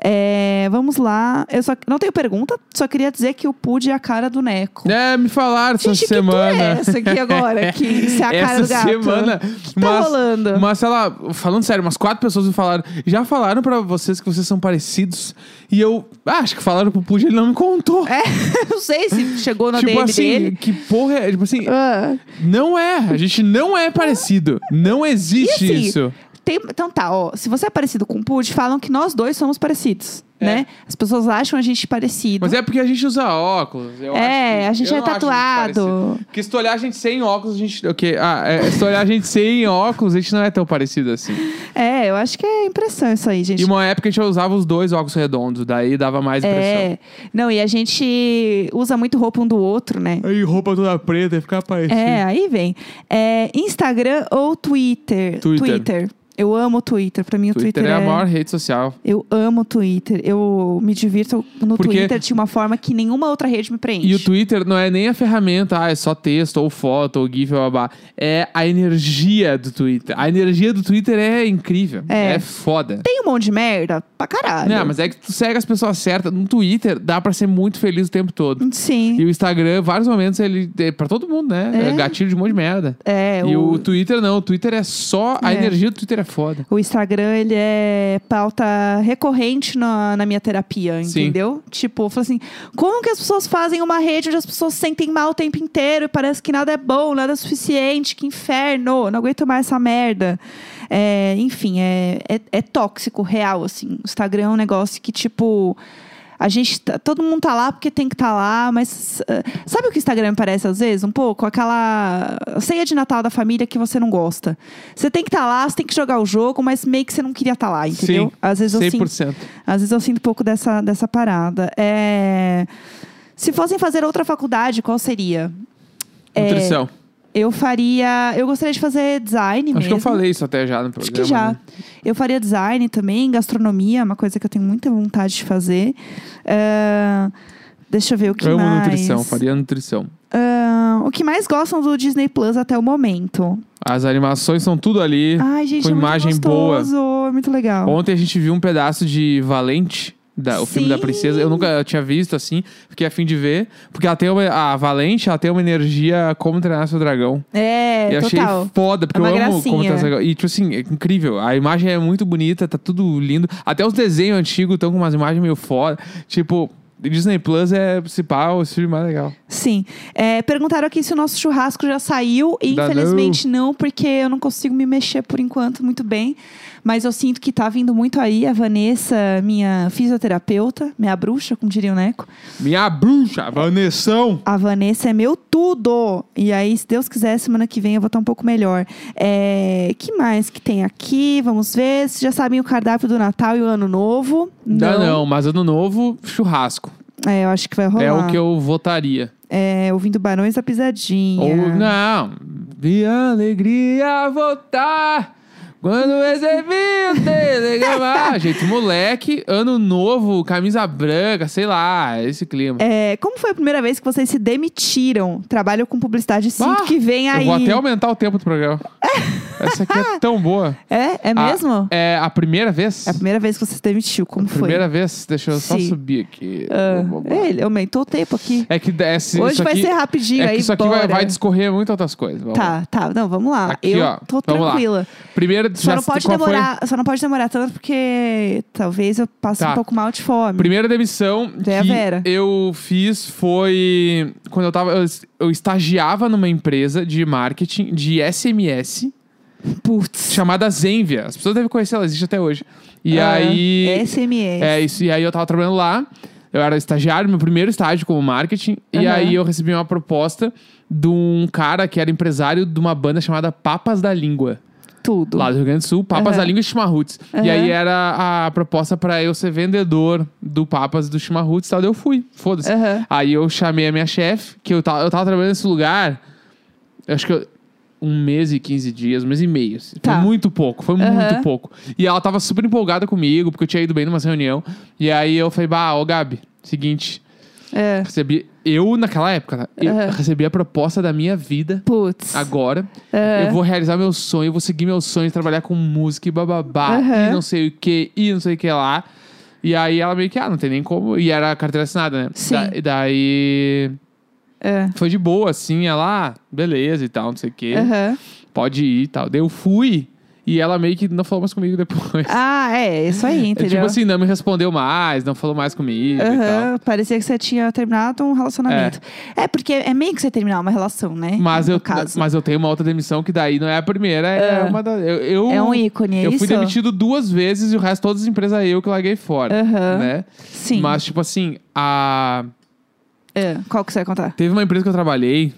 [SPEAKER 1] É, vamos lá. Eu só não tenho pergunta, só queria dizer que o Pud é a cara do Neco.
[SPEAKER 2] É, me falaram
[SPEAKER 1] Gente,
[SPEAKER 2] essa
[SPEAKER 1] que tu é
[SPEAKER 2] semana.
[SPEAKER 1] essa aqui agora? Que você é a cara do
[SPEAKER 2] essa
[SPEAKER 1] gato.
[SPEAKER 2] semana.
[SPEAKER 1] que tá rolando?
[SPEAKER 2] Mas, sei lá, falando sério, umas quatro pessoas me falaram. Já falaram pra vocês que vocês são parecidos. E eu ah, acho que falaram pro Puja, ele não me contou.
[SPEAKER 1] É, não sei se chegou na
[SPEAKER 2] tipo
[SPEAKER 1] DM
[SPEAKER 2] assim,
[SPEAKER 1] dele.
[SPEAKER 2] que porra é? Tipo assim,
[SPEAKER 1] Ah.
[SPEAKER 2] não é. A gente não é parecido. Não existe
[SPEAKER 1] E assim,
[SPEAKER 2] isso.
[SPEAKER 1] Tem- então tá, ó. Se você é parecido com o Pud, falam que nós dois somos parecidos,
[SPEAKER 2] É.
[SPEAKER 1] né? As pessoas acham a gente parecido.
[SPEAKER 2] Mas é porque a gente usa óculos. eu
[SPEAKER 1] É,
[SPEAKER 2] acho que-
[SPEAKER 1] a gente
[SPEAKER 2] eu
[SPEAKER 1] é
[SPEAKER 2] não acho muito
[SPEAKER 1] tatuado.
[SPEAKER 2] parecido. Porque se tu olhar a gente sem óculos, a gente. Ok, ah, é, se tu olhar a gente sem óculos, a gente não é tão parecido assim.
[SPEAKER 1] É, eu acho que é impressão isso aí, gente.
[SPEAKER 2] E uma época a gente usava os dois óculos redondos, daí dava mais impressão.
[SPEAKER 1] É. Não, e a gente usa muito roupa um do outro, né?
[SPEAKER 2] Aí roupa toda preta, ia ficar parecido.
[SPEAKER 1] É, aí vem. É, Instagram ou Twitter?
[SPEAKER 2] Twitter.
[SPEAKER 1] Eu amo o Twitter. Pra mim, o
[SPEAKER 2] Twitter,
[SPEAKER 1] Twitter, é.
[SPEAKER 2] é a maior rede social.
[SPEAKER 1] Eu amo o Twitter. eu me divirto no
[SPEAKER 2] Porque-
[SPEAKER 1] Twitter de uma forma que nenhuma outra rede me preenche.
[SPEAKER 2] E o Twitter não é nem a ferramenta, ah, é só texto, ou foto, ou GIF, ou babá. É a energia do Twitter. A energia do Twitter é incrível.
[SPEAKER 1] É.
[SPEAKER 2] É, foda.
[SPEAKER 1] Tem um monte de merda pra caralho.
[SPEAKER 2] Não, mas é que tu segue as pessoas certas. No Twitter dá pra ser muito feliz o tempo todo.
[SPEAKER 1] Sim.
[SPEAKER 2] E o Instagram, vários momentos, ele é pra todo mundo, né?
[SPEAKER 1] É.
[SPEAKER 2] É gatilho de um monte de merda.
[SPEAKER 1] É,
[SPEAKER 2] e
[SPEAKER 1] o,
[SPEAKER 2] o... Twitter não, o Twitter é só. A
[SPEAKER 1] É.
[SPEAKER 2] energia do Twitter é foda.
[SPEAKER 1] o Instagram, ele é pauta recorrente na, na minha terapia,
[SPEAKER 2] Sim.
[SPEAKER 1] entendeu? Tipo, eu falo assim, como que as pessoas fazem uma rede onde as pessoas se sentem mal o tempo inteiro e parece que nada é bom, nada é suficiente, que inferno, não aguento mais essa merda. É, enfim, é, é, é tóxico, real, assim. O Instagram é um negócio que, tipo... A gente, tá- todo mundo tá lá porque tem que tá lá, mas ah, sabe o que o Instagram me parece às vezes? Um pouco aquela ceia de Natal da família que você não gosta. Você tem que tá lá, você tem que jogar o jogo, mas meio que você não queria estar lá, entendeu?
[SPEAKER 2] Sim,
[SPEAKER 1] às vezes eu sinto
[SPEAKER 2] 100%.
[SPEAKER 1] às vezes eu sinto um pouco dessa, dessa parada. É, Se fossem fazer outra faculdade, qual seria? é,
[SPEAKER 2] Nutrição.
[SPEAKER 1] Eu faria. Eu gostaria de fazer design
[SPEAKER 2] Acho
[SPEAKER 1] mesmo.
[SPEAKER 2] que eu falei isso até já no programa.
[SPEAKER 1] Acho que já.
[SPEAKER 2] né?
[SPEAKER 1] Eu faria design também, gastronomia, uma coisa que eu tenho muita vontade de fazer. É, Deixa eu ver o que
[SPEAKER 2] Eu amo
[SPEAKER 1] mais.
[SPEAKER 2] nutrição, faria nutrição.
[SPEAKER 1] É, o que mais gostam do Disney Plus até o momento?
[SPEAKER 2] As animações são tudo ali.
[SPEAKER 1] Ai, gente,
[SPEAKER 2] com
[SPEAKER 1] é muito
[SPEAKER 2] imagem boa.
[SPEAKER 1] gostoso, É muito legal.
[SPEAKER 2] Ontem a gente viu um pedaço de Valente, da- o filme da
[SPEAKER 1] Sim.
[SPEAKER 2] princesa. Eu nunca tinha visto assim, fiquei a fim de ver. Porque ela tem uma- a Valente, ela tem uma energia como treinar seu dragão.
[SPEAKER 1] É,
[SPEAKER 2] e eu achei
[SPEAKER 1] total.
[SPEAKER 2] foda, porque
[SPEAKER 1] É uma
[SPEAKER 2] eu amo
[SPEAKER 1] gracinha.
[SPEAKER 2] como treinar seu dragão. E tipo assim, é incrível. A imagem é muito bonita, tá tudo lindo. Até os desenhos antigos estão com umas imagens meio foda. Tipo, Disney Plus é principal, o filme mais legal.
[SPEAKER 1] Sim. É, perguntaram aqui se o nosso churrasco já saiu. E
[SPEAKER 2] Ainda
[SPEAKER 1] infelizmente não. porque eu não consigo me mexer por enquanto muito bem. Mas eu sinto que tá vindo muito aí a Vanessa, minha fisioterapeuta, minha bruxa, como diria o Neco.
[SPEAKER 2] Minha bruxa, Vanessão!
[SPEAKER 1] A Vanessa é meu tudo. E aí, se Deus quiser, semana que vem eu vou estar um pouco melhor. É, que mais que tem aqui? Vamos ver. Vocês já sabem o cardápio do Natal e o Ano Novo?
[SPEAKER 2] Não, não, mas ano novo, churrasco.
[SPEAKER 1] É, eu acho que vai rolar.
[SPEAKER 2] É o que eu votaria.
[SPEAKER 1] É, ouvindo Barões da Pisadinha.
[SPEAKER 2] Ou não. Vi a alegria voltar quando recebi o telegrama. Gente, moleque, ano novo, camisa branca, sei lá, esse clima.
[SPEAKER 1] É, como foi a primeira vez que vocês se demitiram? Trabalho com publicidade, sinto
[SPEAKER 2] Bah,
[SPEAKER 1] que vem
[SPEAKER 2] Ah, Eu
[SPEAKER 1] aí.
[SPEAKER 2] vou até aumentar o tempo do programa. Essa aqui é tão boa.
[SPEAKER 1] É? É
[SPEAKER 2] Ah,
[SPEAKER 1] mesmo?
[SPEAKER 2] É a primeira vez?
[SPEAKER 1] É a primeira vez que você se demitiu, como foi?
[SPEAKER 2] Primeira vez? Deixa eu só
[SPEAKER 1] Sim.
[SPEAKER 2] subir aqui.
[SPEAKER 1] É, Ele aumentou o tempo aqui.
[SPEAKER 2] É que desce.
[SPEAKER 1] Hoje
[SPEAKER 2] isso
[SPEAKER 1] vai
[SPEAKER 2] aqui,
[SPEAKER 1] ser rapidinho,
[SPEAKER 2] é
[SPEAKER 1] aí
[SPEAKER 2] que isso aqui
[SPEAKER 1] bora.
[SPEAKER 2] vai, vai discorrer muito outras coisas. Vamos lá.
[SPEAKER 1] Tá, tá. Não, vamos lá.
[SPEAKER 2] Aqui,
[SPEAKER 1] eu
[SPEAKER 2] ó.
[SPEAKER 1] tô
[SPEAKER 2] Vamos lá.
[SPEAKER 1] tranquila.
[SPEAKER 2] Primeiro,
[SPEAKER 1] Só
[SPEAKER 2] já
[SPEAKER 1] não pode
[SPEAKER 2] qual foi?
[SPEAKER 1] demorar, só não pode demorar tanto porque talvez eu passe
[SPEAKER 2] Tá.
[SPEAKER 1] um pouco mal de fome.
[SPEAKER 2] Primeira demissão
[SPEAKER 1] Tem a
[SPEAKER 2] que
[SPEAKER 1] é Vera.
[SPEAKER 2] eu fiz foi quando eu tava eu, eu estagiava numa empresa de marketing de SMS
[SPEAKER 1] Putz.
[SPEAKER 2] chamada Zenvia. As pessoas devem conhecer, ela existe até hoje. E
[SPEAKER 1] Ah,
[SPEAKER 2] aí
[SPEAKER 1] SMS.
[SPEAKER 2] é isso. E aí eu tava trabalhando lá. Eu era estagiário, meu primeiro estágio como marketing. E
[SPEAKER 1] Aham.
[SPEAKER 2] aí eu recebi uma proposta de um cara que era empresário de uma banda chamada Papas da Língua.
[SPEAKER 1] tudo.
[SPEAKER 2] Lá do Rio Grande do Sul, Papas
[SPEAKER 1] Aham.
[SPEAKER 2] da Língua e Chimarruts.
[SPEAKER 1] Aham.
[SPEAKER 2] E aí era a proposta pra eu ser vendedor do Papas do Chimarruts e tal. Daí eu fui, foda-se.
[SPEAKER 1] Aham.
[SPEAKER 2] Aí eu chamei a minha chefe, que eu tava, eu tava trabalhando nesse lugar, eu acho que eu- um mês e 15 dias, um mês e meio. assim.
[SPEAKER 1] Tá.
[SPEAKER 2] Foi muito pouco, foi
[SPEAKER 1] Aham.
[SPEAKER 2] muito pouco. E ela tava super empolgada comigo, porque eu tinha ido bem numa reunião. E aí eu falei, bah, ô Gabi, seguinte,
[SPEAKER 1] É.
[SPEAKER 2] recebi. Eu, naquela época, né? eu
[SPEAKER 1] Aham.
[SPEAKER 2] recebi a proposta da minha vida
[SPEAKER 1] Putz.
[SPEAKER 2] agora. Eu vou realizar meu sonho, eu vou seguir meu sonho de trabalhar com música e bababá,
[SPEAKER 1] Aham.
[SPEAKER 2] e não sei o que, e não sei o que lá. E aí ela meio que, ah, não tem nem como. E era carteira assinada, né?
[SPEAKER 1] Sim.
[SPEAKER 2] Da- daí
[SPEAKER 1] É.
[SPEAKER 2] foi de boa, assim, ela, ah, beleza e tal, não sei o que,
[SPEAKER 1] Aham.
[SPEAKER 2] pode ir e tal. Daí eu fui e ela meio que não falou mais comigo depois.
[SPEAKER 1] Ah, é, isso aí,
[SPEAKER 2] É
[SPEAKER 1] entendeu?
[SPEAKER 2] tipo assim, não me respondeu mais, não falou mais comigo e
[SPEAKER 1] Aham,
[SPEAKER 2] tal.
[SPEAKER 1] parecia que você tinha terminado um relacionamento. É, porque é meio que você terminar uma relação, né?
[SPEAKER 2] Mas
[SPEAKER 1] no
[SPEAKER 2] eu,
[SPEAKER 1] caso.
[SPEAKER 2] mas eu tenho uma outra demissão que daí não é a primeira, é,
[SPEAKER 1] Ah.
[SPEAKER 2] uma da. Eu, eu-
[SPEAKER 1] é um ícone, é
[SPEAKER 2] Eu
[SPEAKER 1] isso?
[SPEAKER 2] fui demitido duas vezes e o resto todas as empresas eu que larguei fora,
[SPEAKER 1] Aham.
[SPEAKER 2] né?
[SPEAKER 1] Sim.
[SPEAKER 2] Mas, tipo assim, a...
[SPEAKER 1] É, Qual que você vai contar?
[SPEAKER 2] teve uma empresa que eu trabalhei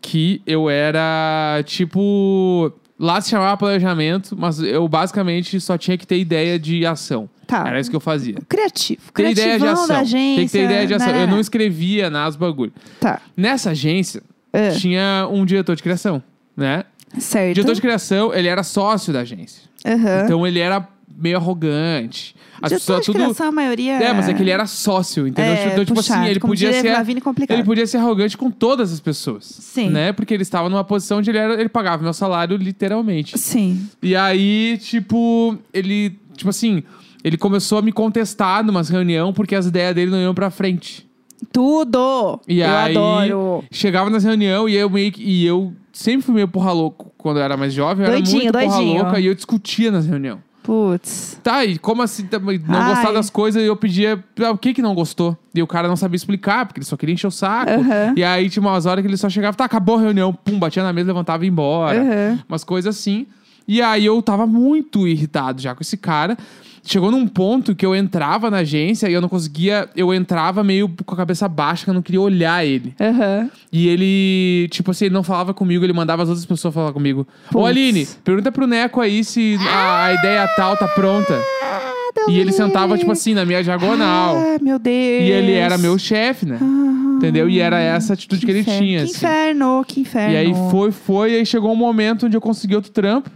[SPEAKER 2] que eu era, tipo... Lá se chamava planejamento, mas eu basicamente só tinha que ter ideia de ação.
[SPEAKER 1] Tá.
[SPEAKER 2] Era isso que eu fazia.
[SPEAKER 1] Criativo.
[SPEAKER 2] Ter ideia de
[SPEAKER 1] Criativão
[SPEAKER 2] ação.
[SPEAKER 1] da agência.
[SPEAKER 2] Tem que ter ideia de ação. Eu não
[SPEAKER 1] né?
[SPEAKER 2] escrevia nas bagulho.
[SPEAKER 1] Tá.
[SPEAKER 2] Nessa agência,
[SPEAKER 1] É.
[SPEAKER 2] tinha um diretor de criação, né?
[SPEAKER 1] Certo.
[SPEAKER 2] Diretor de criação, ele era sócio da agência.
[SPEAKER 1] Aham.
[SPEAKER 2] Então ele era meio arrogante. As
[SPEAKER 1] Getúlio
[SPEAKER 2] pessoas
[SPEAKER 1] de
[SPEAKER 2] tudo.
[SPEAKER 1] criação, a maioria...
[SPEAKER 2] É, mas é que ele era sócio, entendeu?
[SPEAKER 1] É,
[SPEAKER 2] então, tipo
[SPEAKER 1] puxado,
[SPEAKER 2] assim, ele
[SPEAKER 1] como
[SPEAKER 2] podia
[SPEAKER 1] diria
[SPEAKER 2] ser.
[SPEAKER 1] Flavini, é complicado.
[SPEAKER 2] Ele podia ser arrogante com todas as pessoas.
[SPEAKER 1] Sim.
[SPEAKER 2] Né? Porque ele estava numa posição onde ele, era, ele pagava meu salário literalmente.
[SPEAKER 1] Sim.
[SPEAKER 2] E aí, tipo, ele, tipo assim, ele começou a me contestar numas reunião porque as ideias dele não iam pra frente.
[SPEAKER 1] Tudo!
[SPEAKER 2] E
[SPEAKER 1] eu
[SPEAKER 2] aí,
[SPEAKER 1] adoro.
[SPEAKER 2] Chegava nas reunião e eu meio que- e eu sempre fui meio porra louco quando eu era mais jovem, eu
[SPEAKER 1] Doidinho,
[SPEAKER 2] era muito
[SPEAKER 1] doidinho.
[SPEAKER 2] porra louca e eu discutia nas reunião.
[SPEAKER 1] Putz.
[SPEAKER 2] Tá, e como assim tá, mas não
[SPEAKER 1] Ai.
[SPEAKER 2] gostar das coisas, eu pedia ah, o que que não gostou. E o cara não sabia explicar, porque ele só queria encher o saco.
[SPEAKER 1] Aham.
[SPEAKER 2] E aí tinha umas horas que ele só chegava, tá, acabou a reunião, pum, batia na mesa, levantava e ia embora
[SPEAKER 1] Aham.
[SPEAKER 2] umas coisas assim. E aí eu tava muito irritado já com esse cara. Chegou num ponto que eu entrava na agência e eu não conseguia. Eu entrava meio com a cabeça baixa, que eu não queria olhar ele.
[SPEAKER 1] Aham.
[SPEAKER 2] E ele, tipo assim, ele não falava comigo, ele mandava as outras pessoas falar comigo. Ô
[SPEAKER 1] Putz.
[SPEAKER 2] Aline, pergunta pro Neco aí se a, a ideia tal tá pronta.
[SPEAKER 1] Deus
[SPEAKER 2] E ele
[SPEAKER 1] me
[SPEAKER 2] sentava,
[SPEAKER 1] livre.
[SPEAKER 2] tipo assim, na minha diagonal.
[SPEAKER 1] Ah, meu Deus. Ah,
[SPEAKER 2] E ele era meu chefe, né? Entendeu? E era essa atitude que, ele
[SPEAKER 1] inferno.
[SPEAKER 2] tinha.
[SPEAKER 1] Que
[SPEAKER 2] assim.
[SPEAKER 1] inferno, que inferno.
[SPEAKER 2] E aí foi, foi, e aí chegou um momento onde eu consegui outro trampo.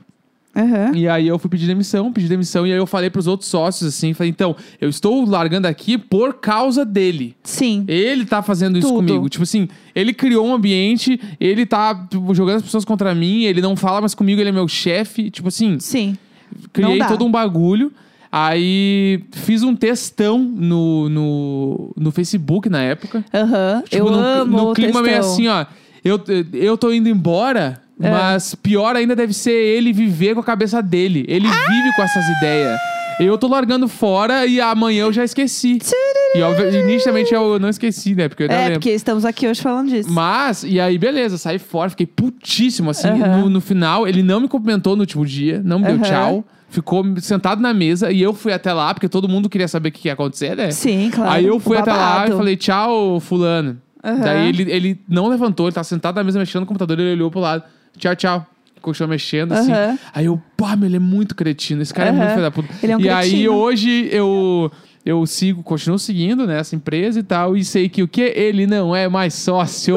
[SPEAKER 1] Aham.
[SPEAKER 2] E aí eu fui pedir demissão, pedi demissão, e aí eu falei pros outros sócios assim, falei, então, eu estou largando aqui por causa dele.
[SPEAKER 1] Sim.
[SPEAKER 2] Ele tá fazendo isso
[SPEAKER 1] Tudo.
[SPEAKER 2] comigo. Tipo assim, ele criou um ambiente, ele tá tipo, jogando as pessoas contra mim, ele não fala mais comigo, ele é meu chefe. Tipo assim,
[SPEAKER 1] Sim.
[SPEAKER 2] criei
[SPEAKER 1] dá.
[SPEAKER 2] todo um bagulho. Aí fiz um textão no, no, no Facebook na época.
[SPEAKER 1] Aham.
[SPEAKER 2] Tipo,
[SPEAKER 1] eu
[SPEAKER 2] num-
[SPEAKER 1] amo
[SPEAKER 2] num
[SPEAKER 1] o textão.
[SPEAKER 2] clima meio assim, ó. Eu, eu tô indo embora,
[SPEAKER 1] É.
[SPEAKER 2] mas pior ainda deve ser ele viver com a cabeça dele. Ele
[SPEAKER 1] Ah!
[SPEAKER 2] vive com essas ideias. Eu tô largando fora e amanhã eu já esqueci. E, obvi- e nitidamente eu não esqueci, né? Porque eu ainda
[SPEAKER 1] É,
[SPEAKER 2] lembro.
[SPEAKER 1] porque estamos aqui hoje falando disso.
[SPEAKER 2] Mas, e aí, beleza, saí fora, fiquei putíssimo, assim.
[SPEAKER 1] Aham.
[SPEAKER 2] No, no final, ele não me cumprimentou no último dia, não me deu
[SPEAKER 1] Aham.
[SPEAKER 2] tchau. Ficou sentado na mesa e eu fui até lá, porque todo mundo queria saber o que que ia acontecer, né?
[SPEAKER 1] Sim, claro.
[SPEAKER 2] Aí eu fui
[SPEAKER 1] O
[SPEAKER 2] até lá e
[SPEAKER 1] babado.
[SPEAKER 2] falei, tchau, fulano.
[SPEAKER 1] Aham.
[SPEAKER 2] Daí ele, ele não levantou, ele tá sentado na mesa mexendo no computador, ele olhou pro lado, tchau, tchau. Continuou mexendo, assim.
[SPEAKER 1] Aham.
[SPEAKER 2] Aí eu, pá, meu, ele é muito cretino. Esse cara é
[SPEAKER 1] Aham.
[SPEAKER 2] muito filho da puta.
[SPEAKER 1] Ele é um
[SPEAKER 2] e aí
[SPEAKER 1] cretino.
[SPEAKER 2] hoje eu. Eu sigo, continuo seguindo, né, essa empresa e tal, e sei que o que? Ele não é mais sócio.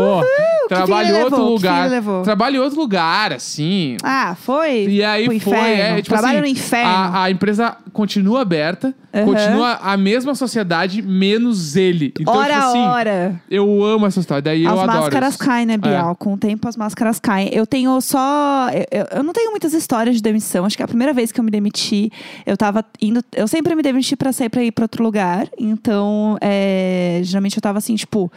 [SPEAKER 2] Trabalha
[SPEAKER 1] que fim
[SPEAKER 2] em
[SPEAKER 1] ele
[SPEAKER 2] outro
[SPEAKER 1] levou? Que fim
[SPEAKER 2] lugar.
[SPEAKER 1] ele levou?
[SPEAKER 2] Trabalha em outro lugar, assim.
[SPEAKER 1] Ah, foi?
[SPEAKER 2] E aí
[SPEAKER 1] pro
[SPEAKER 2] foi,
[SPEAKER 1] inferno.
[SPEAKER 2] é, tipo
[SPEAKER 1] Trabalho
[SPEAKER 2] assim,
[SPEAKER 1] no inferno.
[SPEAKER 2] A, a empresa continua aberta,
[SPEAKER 1] Aham.
[SPEAKER 2] continua a mesma sociedade, menos ele. Então,
[SPEAKER 1] hora
[SPEAKER 2] tipo assim,
[SPEAKER 1] a hora.
[SPEAKER 2] eu amo essa história, daí eu
[SPEAKER 1] as
[SPEAKER 2] adoro.
[SPEAKER 1] máscaras
[SPEAKER 2] isso. É.
[SPEAKER 1] caem, né, Bial? Com o tempo as máscaras caem. Eu tenho só. eu- Eu, eu não tenho muitas histórias de demissão. Acho que é a primeira vez que eu me demiti, eu tava indo. Eu sempre me demiti pra sair pra ir pra outro lugar. Então, é, geralmente eu tava assim, tipo.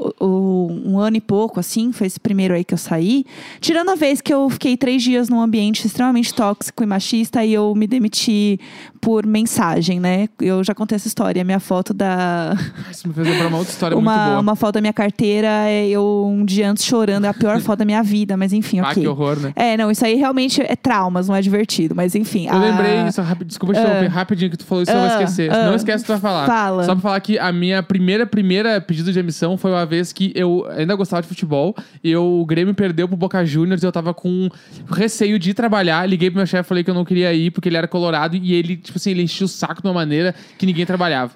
[SPEAKER 1] o- o- Um ano e pouco, assim, foi esse primeiro aí que eu saí. Tirando a vez que eu fiquei três dias num ambiente extremamente tóxico e machista e eu me demiti por mensagem, né? Eu já contei essa história, minha foto da,
[SPEAKER 2] Isso me fez lembrar uma outra história muito
[SPEAKER 1] uma,
[SPEAKER 2] boa.
[SPEAKER 1] uma foto da minha carteira, é, eu um dia antes chorando, é a pior foto da minha vida, mas enfim,
[SPEAKER 2] Ah,
[SPEAKER 1] ok.
[SPEAKER 2] que horror, né?
[SPEAKER 1] É, não, isso aí realmente é traumas, não é divertido, mas enfim.
[SPEAKER 2] Eu lembrei, só rápido, desculpa te interromper rapidinho que tu falou isso, eu vou
[SPEAKER 1] Ah,
[SPEAKER 2] esquecer.
[SPEAKER 1] ah,
[SPEAKER 2] não esquece o que tu vai falar.
[SPEAKER 1] fala.
[SPEAKER 2] Só pra falar que a minha primeira, primeira pedido de emissão foi uma vez que eu ainda gostava de futebol e eu, o Grêmio perdeu pro Boca Juniors e eu tava com receio de ir trabalhar. Liguei pro meu chefe, falei que eu não queria ir porque ele era colorado e ele, tipo assim, ele enchia o saco de uma maneira que ninguém trabalhava.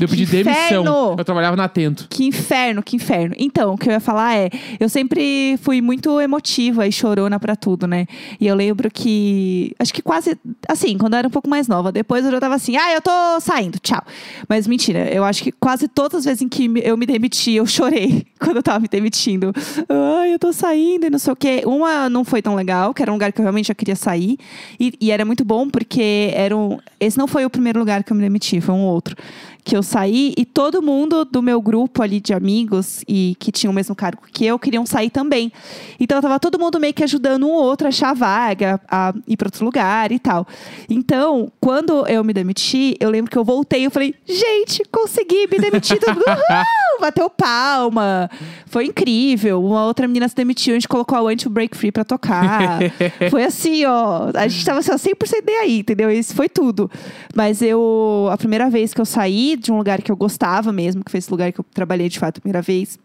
[SPEAKER 2] eu pedi
[SPEAKER 1] que
[SPEAKER 2] demissão.
[SPEAKER 1] inferno!
[SPEAKER 2] Eu trabalhava na Tento.
[SPEAKER 1] Que inferno, que inferno. Então, o que eu ia falar é, eu sempre fui muito emotiva e chorona pra tudo, né? E eu lembro que, acho que quase, assim, quando eu era um pouco mais nova, depois eu já tava assim, ah, eu tô saindo, tchau. Mas mentira, eu acho que quase todas as vezes em que me- eu me demiti, eu chorei quando eu tava me demitindo. Ai, eu tô saindo e não sei o quê. Uma não foi tão legal, que era um lugar que eu realmente já queria sair. E, e era muito bom porque era um, esse não foi o primeiro lugar que eu me demiti, foi um outro que eu saí e todo mundo do meu grupo ali de amigos e que tinha o mesmo cargo que eu queriam sair também. Então tava todo mundo meio que ajudando um outro a achar vaga, a ir para outro lugar e tal. Então, quando eu me demiti, eu lembro que eu voltei e falei: "Gente, consegui me demitir". Todo mundo, "Uhul!" bateu palma. Foi incrível. Uma outra menina se demitiu, a gente colocou a Want to Break Free pra tocar. foi assim, ó, a gente tava assim, ó, 100% nem aí, entendeu? Isso foi tudo. Mas eu, a primeira vez que eu saí de um lugar que eu gostava mesmo, que foi esse lugar que eu trabalhei de fato a primeira vez,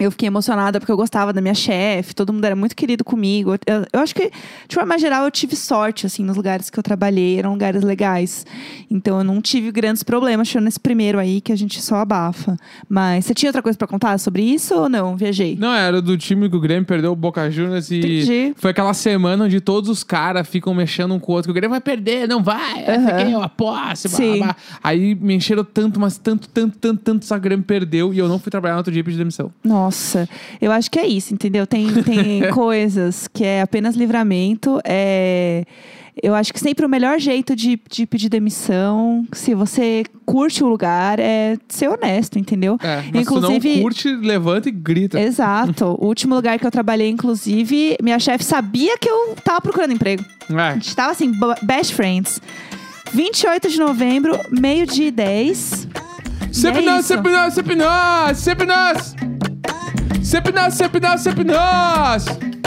[SPEAKER 1] Eu fiquei emocionada porque eu gostava da minha chefe, todo mundo era muito querido comigo. Eu, eu acho que, de forma geral, eu tive sorte, assim, nos lugares que eu trabalhei, eram lugares legais. Então eu não tive grandes problemas, tirando esse primeiro aí que a gente só abafa. Mas você tinha outra coisa pra contar sobre isso ou não? Viajei.
[SPEAKER 2] Não, era do time que o Grêmio perdeu o Boca Juniors e
[SPEAKER 1] Entendi.
[SPEAKER 2] foi aquela semana onde todos os caras ficam mexendo um com o outro. que O Grêmio vai perder, não vai, é essa
[SPEAKER 1] Aham.
[SPEAKER 2] aqui eu aposto. blá,
[SPEAKER 1] Sim.
[SPEAKER 2] blá. Aí me encheram tanto, mas tanto, tanto, tanto, tanto, só que o Grêmio perdeu e eu não fui trabalhar no outro dia e pedi demissão.
[SPEAKER 1] Nossa, eu acho que é isso, entendeu? Tem, tem coisas que é apenas livramento. É... Eu acho que sempre o melhor jeito de, de pedir demissão, se você curte o lugar, é ser honesto, entendeu?
[SPEAKER 2] É, mas tu
[SPEAKER 1] Inclusive- É,
[SPEAKER 2] não curte, levanta e grita.
[SPEAKER 1] Exato. O último lugar que eu trabalhei, inclusive, minha chefe sabia que eu tava procurando emprego. A
[SPEAKER 2] É.
[SPEAKER 1] gente tava assim, bo- best friends. 28 de novembro, meio-dia e 10.
[SPEAKER 2] Sempre
[SPEAKER 1] E é
[SPEAKER 2] nós,
[SPEAKER 1] isso.
[SPEAKER 2] sempre nós, sempre nós, sempre nós! Sempre nós, sempre nós, sempre nós!